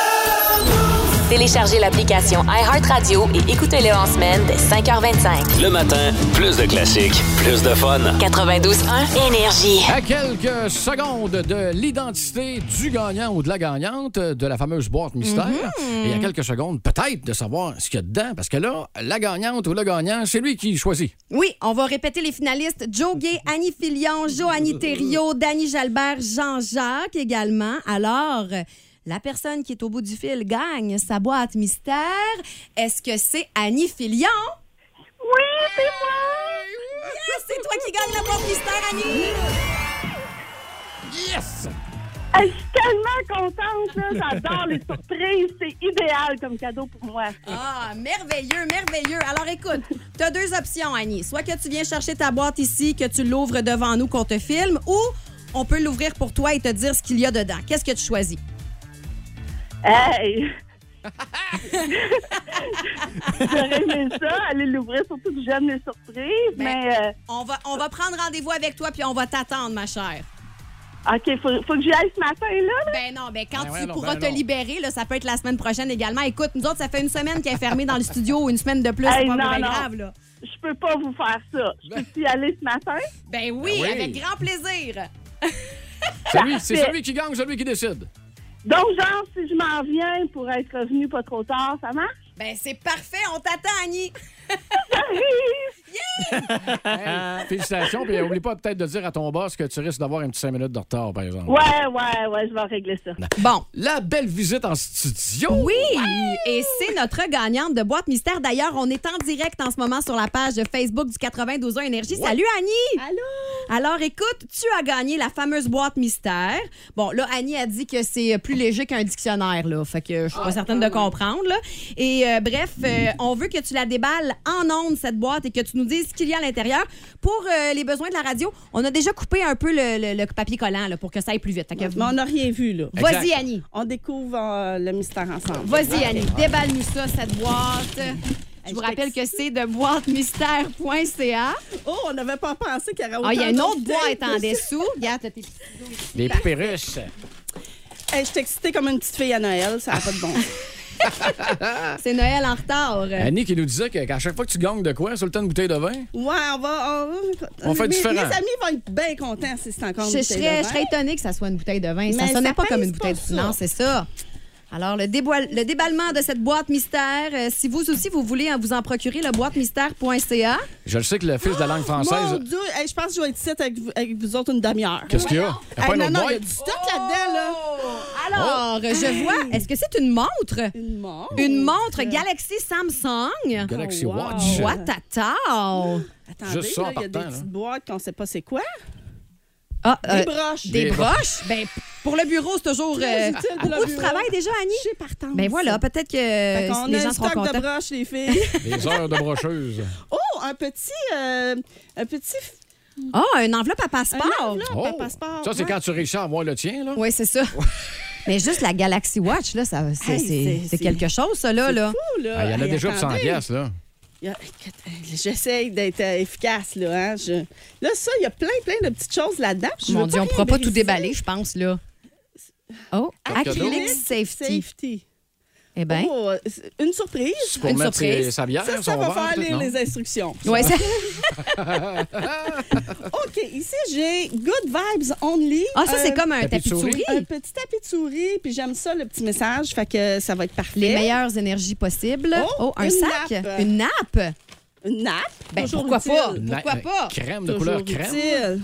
Téléchargez l'application iHeartRadio et écoutez-le en semaine dès 5h25.
Le matin, plus de classiques, plus de fun.
92.1 Énergie.
À quelques secondes de l'identité du gagnant ou de la gagnante euh, de la fameuse boîte mystère, et à quelques secondes peut-être de savoir ce qu'il y a dedans, parce que là, la gagnante ou le gagnant, c'est lui qui choisit.
Oui, on va répéter les finalistes. Joe Gay, Annie Filion, Joannie Thériault, Danny Jalbert, Jean-Jacques également. Alors, euh, la personne qui est au bout du fil gagne sa boîte mystère. Est-ce que c'est Annie Filion? Oui, c'est moi! Yes, c'est toi qui gagne la boîte mystère, Annie!
Yes!
Ah, Je suis tellement contente, là. J'adore les surprises. C'est idéal comme cadeau pour moi.
Ah, merveilleux, merveilleux. Alors écoute, tu as deux options, Annie. Soit que tu viens chercher ta boîte ici, que tu l'ouvres devant nous, qu'on te filme, ou on peut l'ouvrir pour toi et te dire ce qu'il y a dedans. Qu'est-ce que tu choisis?
Hey! J'aurais aimé ça, aller l'ouvrir, surtout que j'aime les surprises,
Ben,
mais... euh,
on, va, on va prendre rendez-vous avec toi, puis on va t'attendre, ma chère.
OK, faut, faut que j'y aille ce matin, là.
Ben non, ben quand
Ben
tu
ouais, non,
pourras
ben
te
non.
libérer, là, ça peut être la semaine prochaine également. Écoute, nous autres, ça fait une semaine qu'elle est fermée dans le studio, une semaine de plus,
Hey,
c'est pas
non,
bien
non.
grave, là.
Je peux pas vous faire ça. Je peux y aller ce matin?
Ben oui,
Ben oui.
avec grand plaisir.
Celui- C'est
Parfait.
celui qui gagne, celui qui décide.
Donc, genre, si je m'en viens pour être revenu pas trop tard, ça marche?
Ben, c'est parfait. On t'attend, Annie.
Hey, félicitations. Puis oublie pas peut-être de dire à ton boss que tu risques d'avoir un petit 5 minutes de retard, par exemple.
Ouais, ouais, ouais, je vais régler ça.
Bon.
La belle visite en studio.
Oui, et c'est notre gagnante de boîte mystère. D'ailleurs, on est en direct en ce moment sur la page Facebook du 92 ans Énergie. Salut Annie! Allô! Alors écoute, tu as gagné la fameuse boîte mystère. Bon, là, Annie a dit que c'est plus léger qu'un dictionnaire, là. Fait que je suis
Ah,
pas certaine de comprendre, là. Et euh, bref, euh, on veut que tu la déballes en ondes, cette boîte, et que tu nous dises ce qu'il y a à l'intérieur. Pour euh, les besoins de la radio, on a déjà coupé un peu le, le- le papier collant, là, pour que ça aille plus vite. Fait que-
Mais on n'a rien vu, là.
Vas-y, Annie.
On découvre euh, le mystère ensemble.
Vas-y, Annie, déballe-nous ça, cette boîte. Je vous rappelle que c'est de boîtemystère.ca.
Oh, on n'avait pas pensé qu'il y aurait autant
Ah, il y a une autre
de-
boîte en dessous. Regarde, t'as tes petits ciseaux ici.
Des poupées russes.
Hey, je suis excitée comme une petite fille à Noël. Ça n'a pas de bon sens.
C'est Noël en retard.
Annie qui nous disait que- qu'à chaque fois que tu gagnes de quoi, sur le temps de bouteille de vin,
Ouais, on va. On,
On fait
mes,
différent.
Mes amis vont être bien contents si c'est encore
Je,
une
je
bouteille de
serais, je
vin.
serais étonnée que ça soit une bouteille de vin. Ça
Mais
sonnait
ça
pas comme
pèse
une bouteille de
pas
vin. Non,
ça.
c'est ça. Alors, le, déboile- le déballement de cette boîte mystère, euh, si vous aussi, vous voulez euh, vous en procurer, le boîtemystère.ca.
je le sais que le fils de la langue
Oh, Mon
française.
Dieu, hey, je pense que je vais être ici avec vous, avec vous autres une demi-heure.
Qu'est-ce qu'il y a? Y a
Hey,
pas une
non,
autre
non,
boîte?
il y a du stock là-dedans, là.
Alors, je vois, est-ce que c'est une montre?
Oh! Ah, Une montre.
Une montre Galaxy Samsung.
Galaxy
Oh, wow.
Watch.
What a tard.
Attendez, là, il y a des petites boîtes qu'on ne sait pas c'est quoi.
Ah,
Des broches.
Des,
Des
broches? Ben, pour le bureau, c'est toujours.
Très
euh,
utile pour le
beaucoup de
bureau.
travail déjà, Annie?
J'ai partance.
Ben voilà, peut-être que
Fait
euh,
qu'on
les
a
gens
un
seront
stock
contents.
de broches, les filles.
Des heures de brocheuse.
oh, un petit. euh, un petit.
Ah, un enveloppe à passeport.
Un enveloppe à passeport.
Ça, c'est
ouais.
quand tu réussis à avoir le tien,
Euh,
là.
Oui, Oh. c'est ça. Mais juste la Galaxy Watch, là, ça, c'est,
Hey,
c'est-
c'est-
c'est quelque chose, ça, là.
c'est
là.
fou, là.
Ah, Il y en a
Hey,
déjà pour 100
attendez.
piastres, là.
Il y a- écoute, J'essaye d'être euh, efficace, là. hein. Je- Là, ça, il y a plein, plein de petites choses là-dedans. puis je
Mon
veux
Dieu, on
rien
pourra pas tout
briser.
déballer, je pense, là. Oh,
Comme cadeau.
Acrylic Safety.
Ah, Safety.
Eh bien,
Oh, c'est une surprise.
C'est pour
une
mettre
surprise.
ses- sa bière,
ça,
son
ça va
verre,
faire
tout,
lire
non?
les instructions.
Ouais, ça-
OK, ici, j'ai Good Vibes Only. Euh,
Ah, ça, c'est comme un Tapis de tapis de souris. souris.
Un petit tapis de souris, puis j'aime ça, le petit message. Fait que ça va être parfait.
les meilleures énergies possibles. Oh,
Oh,
un
une
sac.
nappe.
Une nappe.
Une nappe.
Ben,
toujours
pourquoi
utile.
pas?
Une
Pourquoi
nappe,
pas?
euh, crème de couleur
Toujours
crème.
utile.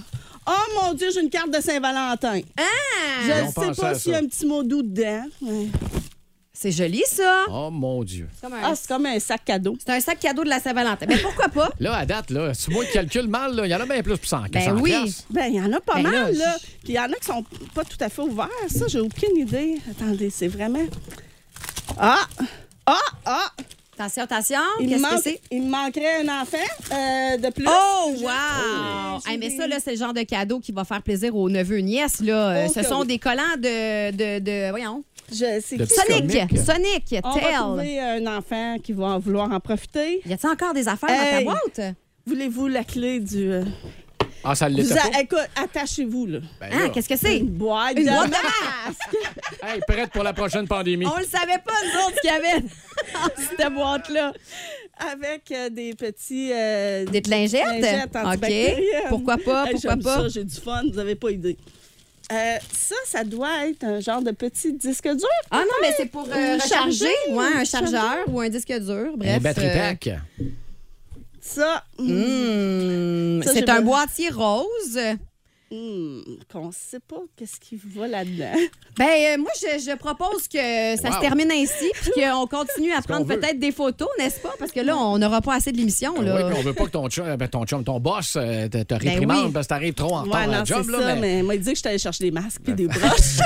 Oh mon Dieu, j'ai une carte de Saint-Valentin.
Ah!
Je
Ils ont
ne sais
pensé
pas
à
s'il y a
ça.
un petit mot doux dedans. Ouais.
C'est joli, ça.
Oh, mon Dieu.
Ah, c'est comme un sac cadeau.
C'est un sac cadeau de la Saint-Valentin. Mais pourquoi pas?
Là, à date, là, si moi qui calcule mal, là, il y en a bien plus pour 100 que 100 piastres.
Ben, il y en a pas
Ben là,
mal,
je-
là. Puis il y en a qui sont pas tout à fait ouverts. Ça, j'ai aucune idée. Attendez, c'est vraiment. Ah! Ah! Ah!
Attention, attention.
Il, me
Qu'est-ce que
manque-
c'est?
il me manquerait un enfant euh, de plus.
Oh,
Je- Oh,
wow!
j'ai
Hey, mais
des-
ça, là, c'est le genre de cadeau qui va faire plaisir aux neveux et nièces. Là. Euh,
Oh,
Ce
que
sont
oui.
des collants de, de, de- Voyons.
Je sais
Le
qui-
petit
Sonic!
comique.
Sonic,
On va
Tell.
trouver un enfant qui va en vouloir en profiter.
Y a-t-il encore des affaires
Hey.
dans ta boîte?
Voulez-vous la clé du. euh,
Ah, ça
vous
l'était pas.
a- Écoute, attachez-vous, là.
Ben,
Hein,
là,
qu'est-ce que c'est?
Une boîte
Une
de
boîte de
masque.
hey, prête pour la prochaine pandémie.
On le savait pas, nous autres, qu'il y avait dans cette boîte-là.
Avec euh, des petits. euh,
Des lingettes?
lingettes
OK.
antibactériennes.
Pourquoi pas?
Hey,
Pourquoi
j'aime
pas?
ça, j'ai du fun, vous n'avez pas idée. Euh, ça, ça doit être un genre de petit disque dur.
Ah non, mais c'est pour euh,
Ou
recharger.
charger,
Ouais,
ou
un
charger.
chargeur ou un disque dur. Bref.
Un battery
euh,
pack.
Ça, mm,
hmm,
Ça,
c'est
j'ai
un
pas-
boîtier rose.
Hmm, qu'on sait pas qu'est-ce qui va là-dedans.
Ben, euh, moi, je, je propose que ça
Wow.
se termine ainsi, puis qu'on continue à prendre
qu'on veut. Ah
peut-être des photos, n'est-ce pas? Parce que là, on n'aura pas assez de l'émission.
Oui,
là.
puis on veut pas que ton chum, ben, ton, chum, ton boss euh, te, te
Ben
réprimande
oui.
parce que t'arrives trop en
Ouais,
retard à la
non, c'est
job. là,
ça,
mais-
mais moi, il dit que je suis allée chercher des masques puis des broches.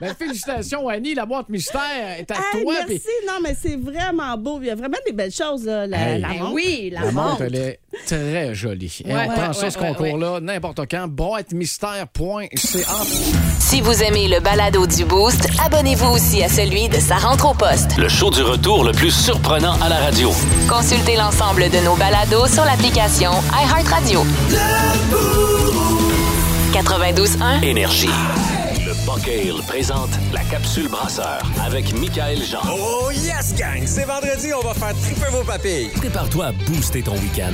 Ben, félicitations, Annie, la boîte mystère est à
Hey,
toi.
merci, non, mais c'est vraiment beau. Il y a vraiment des belles choses, là, la,
Hey.
la
Ben
montre.
oui,
La montre, elle est très jolie. Et
Ouais,
on
ouais,
prend ça,
ouais,
ce
ouais,
concours-là, n'importe quand. Boîtemystère.ca.
Si vous aimez le balado du Boost, abonnez-vous aussi à celui de Sa rentre au poste.
Le show du retour le plus surprenant à la radio.
Consultez l'ensemble de nos balados sur l'application iHeartRadio. 92.1
Énergie. Le Buck Ale présente la capsule brasseur avec Michael Jean.
Oh yes, gang! C'est vendredi, on va faire triper vos papilles.
Prépare-toi à booster ton week-end.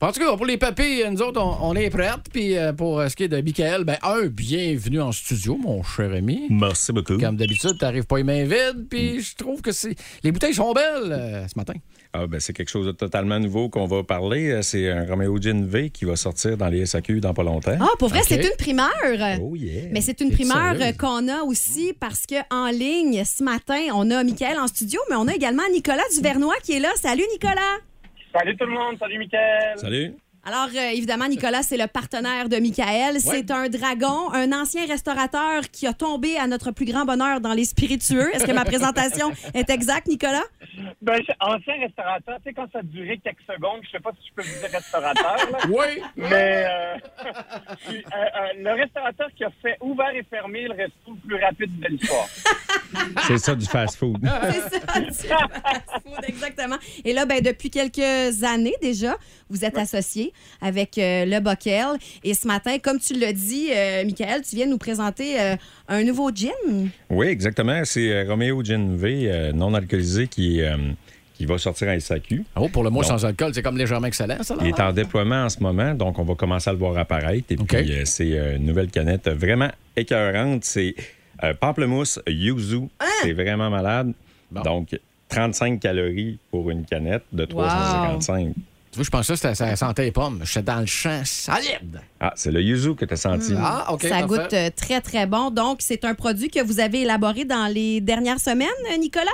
En tout cas, pour les papiers, nous autres, on, on est prêtes. Puis euh, pour euh, ce qui est de Michael, ben, un, bienvenue en studio, mon cher ami.
Merci beaucoup. Mm.
Comme d'habitude, t'arrives pas les mains vides, puis je trouve que c'est. Les bouteilles sont belles euh, ce matin.
Ah, ben, c'est quelque chose de totalement nouveau qu'on va parler. Euh, C'est un Romeo Gin V qui va sortir dans les SAQ dans pas longtemps.
Ah, pour vrai, c'est une primeur.
Oh,
Mais c'est une
Es-tu
primeur
sérieuse?
euh, qu'on a aussi parce que en ligne, ce matin, on a Michael en studio, mais on a également Nicolas Duvernois qui est là. Salut, Nicolas!
Salut tout le monde, salut Mickaël.
Salut.
Alors, euh, évidemment, Nicolas, c'est le partenaire de Michael. C'est un dragon, un ancien restaurateur qui a tombé à notre plus grand bonheur dans les spiritueux. Est-ce que ma présentation est exacte, Nicolas?
Ben, je- ancien restaurateur, tu sais, quand ça durait quelques secondes, je sais pas si je peux vous dire restaurateur. là.
Oui.
Mais euh, je suis, euh, euh, le restaurateur qui a fait ouvert et fermé le resto le plus rapide de l'histoire.
C'est ça du fast-food.
C'est ça, du fast-food, exactement. Et là, ben, depuis quelques années déjà, vous êtes associé avec euh, le Bockel. Et ce matin, comme tu l'as dit, euh, Michael, tu viens nous présenter euh, un nouveau gin.
Oui, exactement. C'est euh, Romeo Gin V euh, non alcoolisé qui, euh, qui va sortir à SAQ.
Oh, pour le mot
Donc,
sans alcool, c'est comme légèrement excellent, ça. là.
Il est en déploiement en ce moment, donc on va commencer à le voir apparaître. Et puis, euh, c'est euh, une nouvelle canette vraiment écœurante. C'est euh, pamplemousse yuzu.
Hein?
C'est vraiment malade. Donc, 35 calories pour une canette de 355.
Tu vois, je pensais que c'était- ça sentait les pommes. J'étais dans le champ solide. Hmm. Ah,
Ah, c'est le yuzu que tu as senti.
Mm. ça goûte euh, très, très bon. Donc, c'est un produit que vous avez élaboré dans les dernières semaines, euh, Nicolas?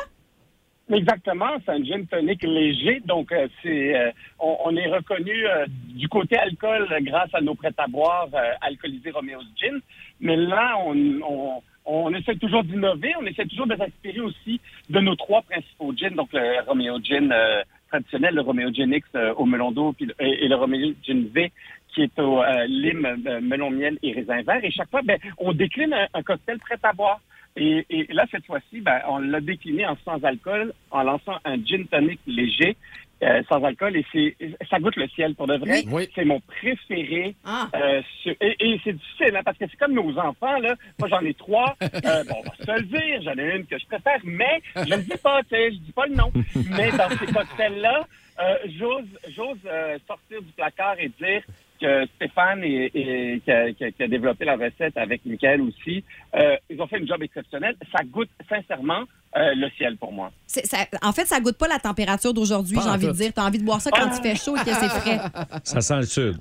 Exactement, c'est un gin tonic léger, donc euh, c'est euh, on, on est reconnu euh, du côté alcool euh, grâce à nos prêts à boire euh, alcoolisés Romeo's Gin. Mais là, on, on, on essaie toujours d'innover, on essaie toujours de s'inspirer aussi de nos trois principaux gins, donc le Romeo Gin euh, traditionnel, le Romeo Gin X euh, au melon d'eau puis le- et, et le Romeo Gin V qui est au euh, lime, euh, melon miel et raisin vert. Et chaque fois, ben, on décline un, un cocktail prêt à boire. Et, et là, cette fois-ci, ben, on l'a décliné en sans alcool, en lançant un gin tonic léger, euh, sans alcool, et c'est ça goûte le ciel pour de vrai. C'est mon préféré.
Ah.
Euh, sur- et et c'est difficile, hein, parce que c'est comme nos enfants, là. Moi, j'en ai trois. Euh, bon, on va se le dire, j'en ai une que je préfère, mais je ne dis pas, tu sais, je dis pas le nom. Mais dans ces cocktails-là, euh, j'ose, j'ose euh, sortir du placard et dire que Stéphane et, et- qui, a, qui a- qui a développé la recette avec Michael aussi, euh, ils ont fait une job exceptionnelle. Ça goûte sincèrement euh, le ciel pour moi.
C'est- ça- en fait, ça goûte pas la température d'aujourd'hui,
Pas
j'ai
en
envie de
tout.
dire. Tu as envie de boire ça quand il fait chaud et que c'est frais.
Ça sent le sud.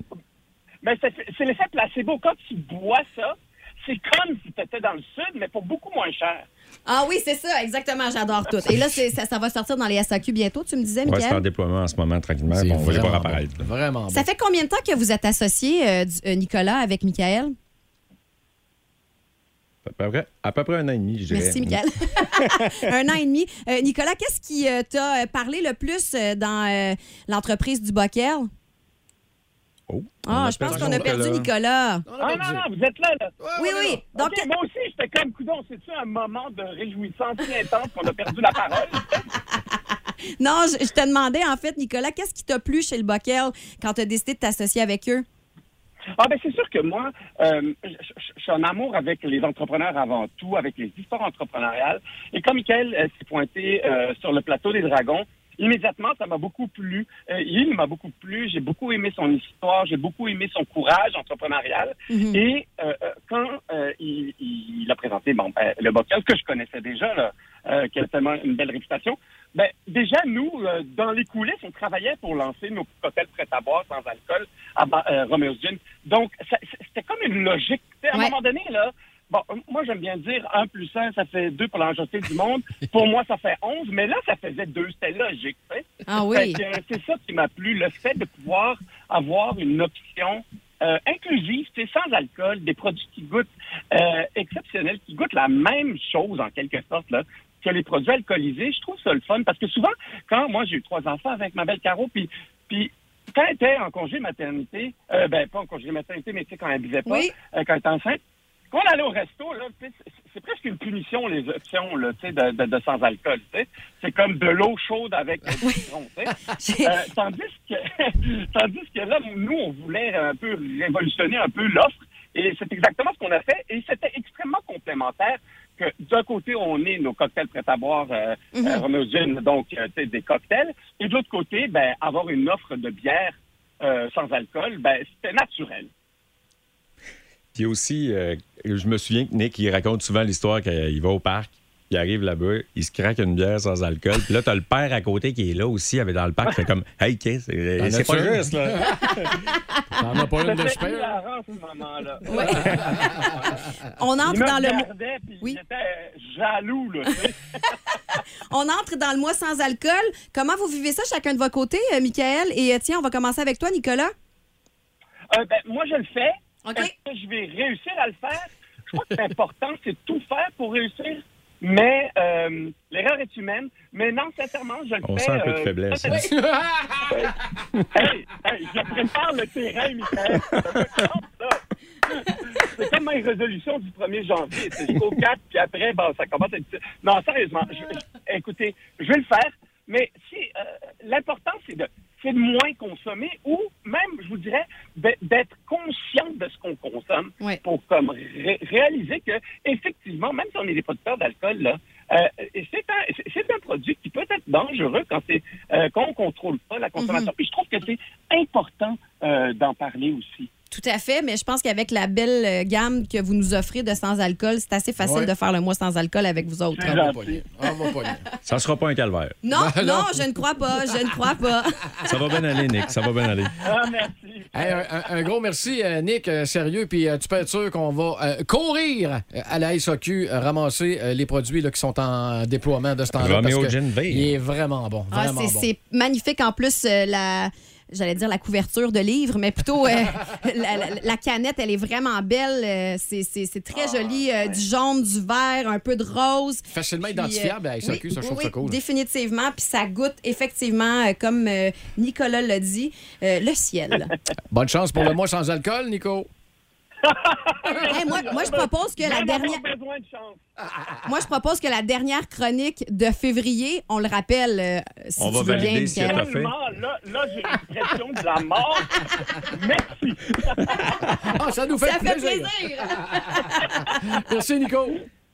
Mais Ben, c'est c'est l'effet placebo. Quand tu bois ça, c'est comme si tu étais dans le sud, mais pour beaucoup moins cher.
Ah oui, c'est ça, exactement, j'adore tout. Et là, c'est- ça, ça va sortir dans les SAQ bientôt, tu me disais,
Ouais, c'est en
Michael?
déploiement en ce moment, tranquillement. Bon, on va le voir apparaître.
Vraiment
Ça fait combien de temps que vous êtes associé, euh, du- euh, Nicolas, avec Michael?
À peu, près, à peu près un an et demi, je dirais.
Merci, Michael. Un an et demi. Euh, Nicolas, qu'est-ce qui euh, t'a euh, parlé le plus euh, dans euh, l'entreprise du Bockel?
Oh,
Ah, je pense qu'on a perdu Nicolas.
Ah non, non, vous êtes là, là.
Oui, oui.
Donc, moi aussi, j'étais comme coudon. C'est-tu un moment de réjouissance si intense qu'on a perdu la parole?
Non, je, je te demandais, en fait, Nicolas, qu'est-ce qui t'a plu chez le Bockel quand tu as décidé de t'associer avec eux?
Ah ben c'est sûr que moi, euh, je je- je suis en amour avec les entrepreneurs avant tout, avec les histoires entrepreneuriales. Et quand Michael euh, s'est pointé euh, sur le plateau des Dragons, immédiatement, ça m'a beaucoup plu. Euh, il m'a beaucoup plu. J'ai beaucoup aimé son histoire. J'ai beaucoup aimé son courage entrepreneurial.
Mhm.
Et euh, euh, quand euh, il, il- il a présenté bon, ben, le bocal que je connaissais déjà, là, euh, qui a tellement une belle réputation, Ben, déjà, nous, euh, dans les coulisses, on travaillait pour lancer nos cocktails prêts à boire sans alcool à ba- euh, Romeo's Gin. Donc, ça- c- c'était comme une logique. Tu sais, À un moment donné, là, bon, euh, moi, j'aime bien dire 1 plus 1, ça fait 2 pour la majorité du monde. pour moi, ça fait 11, mais là, ça faisait 2. C'était logique. tu sais.
Ah oui.
Fait que, euh, C'est ça qui m'a plu, le fait de pouvoir avoir une option euh, inclusive, tu sais, sans alcool, des produits qui goûtent euh, exceptionnels, qui goûtent la même chose en quelque sorte là, que les produits alcoolisés. Je trouve ça le fun parce que souvent, quand moi j'ai eu trois enfants avec ma belle Caro, puis puis quand elle était en congé maternité, euh, ben pas en congé maternité, mais tu sais quand elle buvait pas,
Oui.
euh, quand elle était enceinte, quand on allait au resto là, tu sais, c'est- c'est presque une punition les options là, tu sais, de, de- de sans alcool. tu sais. C'est comme de l'eau chaude avec euh, du citron. tu sais. Euh, tandis que tandis que là, nous, on voulait un peu révolutionner un peu l'offre. Et c'est exactement ce qu'on a fait. Et c'était extrêmement complémentaire que d'un côté, on est nos cocktails prêts à boire, euh,
Mm-hmm.
Mhm.
euh, Romeo's Gin, donc euh, tu sais, des cocktails. Et de l'autre côté, ben, avoir une offre de bière euh, sans alcool, ben, c'était naturel.
Puis aussi, euh, je me souviens que Nick, il raconte souvent l'histoire qu'il va au parc, il arrive là-bas, il se craque une bière sans alcool. Puis là, t'as le père à côté qui est là aussi, avec dans le parc, fait comme Hey, Chris,
T'en
c'est
as
c'est pas
sûr?
juste, là.
T'en as pas une de
C'était
super.
hilarant, ce moment-là.
On entre
Il me
dans le mois-
regardait, puis J'étais euh, jaloux, là. tu sais.
On entre dans le mois sans alcool. Comment vous vivez ça chacun de votre côté, euh, Michael? Et euh, tiens, on va commencer avec toi, Nicolas.
Euh, ben, moi, je le fais. Est-ce que je vais réussir à le faire? Je crois que c'est important, c'est de tout faire pour réussir. Mais euh, l'erreur est humaine. Mais non, sincèrement, je le fais.
On sent un peu de
euh,
faiblesse,
ça,
hein.
c'est- hey, hey, je prépare le terrain, Michael. C'est comme mes résolutions du 1er janvier. C'est jusqu'au 4, puis après, bon, ça commence à être... difficile. Non, sérieusement, je- je- écoutez, je vais le faire, mais si, euh, l'important, c'est de, c'est de moins consommer ou même, je vous dirais, d'e- d'être conscient de ce qu'on consomme pour comme ré- réaliser que, effectivement, même si on est des producteurs d'alcool, là, euh, et c'est un, c'est- c'est un produit qui peut être dangereux quand c'est euh, qu'on contrôle pas la consommation. Puis je trouve que c'est important euh, d'en parler aussi.
Tout à fait, mais je pense qu'avec la belle euh, gamme que vous nous offrez de sans alcool, c'est assez facile
Ouais.
de faire le mois sans alcool avec vous autres.
C'est gentil.
Ah,
Ça sera pas un calvaire.
Non, non, je ne crois pas, je ne crois pas.
Ça va bien aller, Nick, ça va bien aller.
Hey, un, un- un gros merci, euh, Nick, euh, sérieux. Puis euh, tu peux être sûr qu'on va euh, courir euh, à la SAQ euh, ramasser euh, les produits là, qui sont en déploiement de ce temps-là.
Romeo
parce que
Gin Beer.
Il est vraiment bon.
Ah,
Vraiment
c'est
bon.
c'est magnifique. En plus, euh, la. J'allais dire la couverture de livre, mais plutôt euh, la, la- la canette, elle est vraiment belle. Euh, c'est- C'est c'est très
Ah,
joli. euh, Du jaune, du vert, un peu de rose.
Facilement
Puis, euh,
identifiable à SAQ,
oui,
ça,
oui,
je trouve ça
oui,
cool.
Définitivement. Puis ça goûte effectivement, euh, comme euh, Nicolas l'a dit, euh, le ciel.
Bonne chance pour le mois sans alcool, Nico.
Hey, moi, moi, je propose que la
Même avoir
dernière.
besoin de chance.
Moi, je propose que la dernière chronique de février, on le rappelle. euh, si
On
tu
va
veux bien,
valider si
Michael.
elle t'a fait.
Ah, là, là j'ai l'impression de la mort. Merci.
ça nous fait
Ça fait
plaisir. Merci, Nico.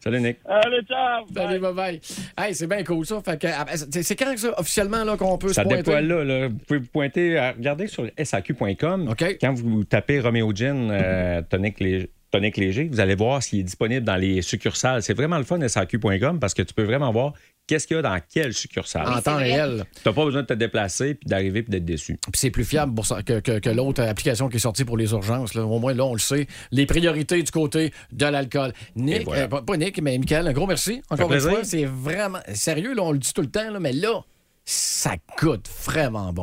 Salut, Nick.
Allez, ciao.
Salut, bye-bye. Hey, c'est bien cool, ça. Fait que, ah, ben, c'est c'est quand, ça, officiellement, là, qu'on peut
Ça
se pointer?
déploie là, là. Vous pouvez vous pointer, à- regardez sur saq.com. Quand vous tapez Romeo Gin euh, tonic, lé- tonic léger, vous allez voir s'il est disponible dans les succursales. C'est vraiment le fun, saq.com, parce que tu peux vraiment voir qu'est-ce qu'il y a dans quelle succursale.
En Oui, c'est temps vrai. réel.
Tu n'as pas besoin de te déplacer, puis d'arriver, puis d'être déçu.
Puis c'est plus fiable pour ça que, que- que l'autre application qui est sortie pour les urgences. là. Au moins, là, on le sait. Les priorités du côté de l'alcool. Nick, euh, pas, pas Nick, mais Michael, un gros merci. Encore une
plaisir.
fois, c'est vraiment sérieux. là, on le dit tout le temps, là, mais là, ça coûte vraiment bon.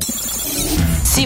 Si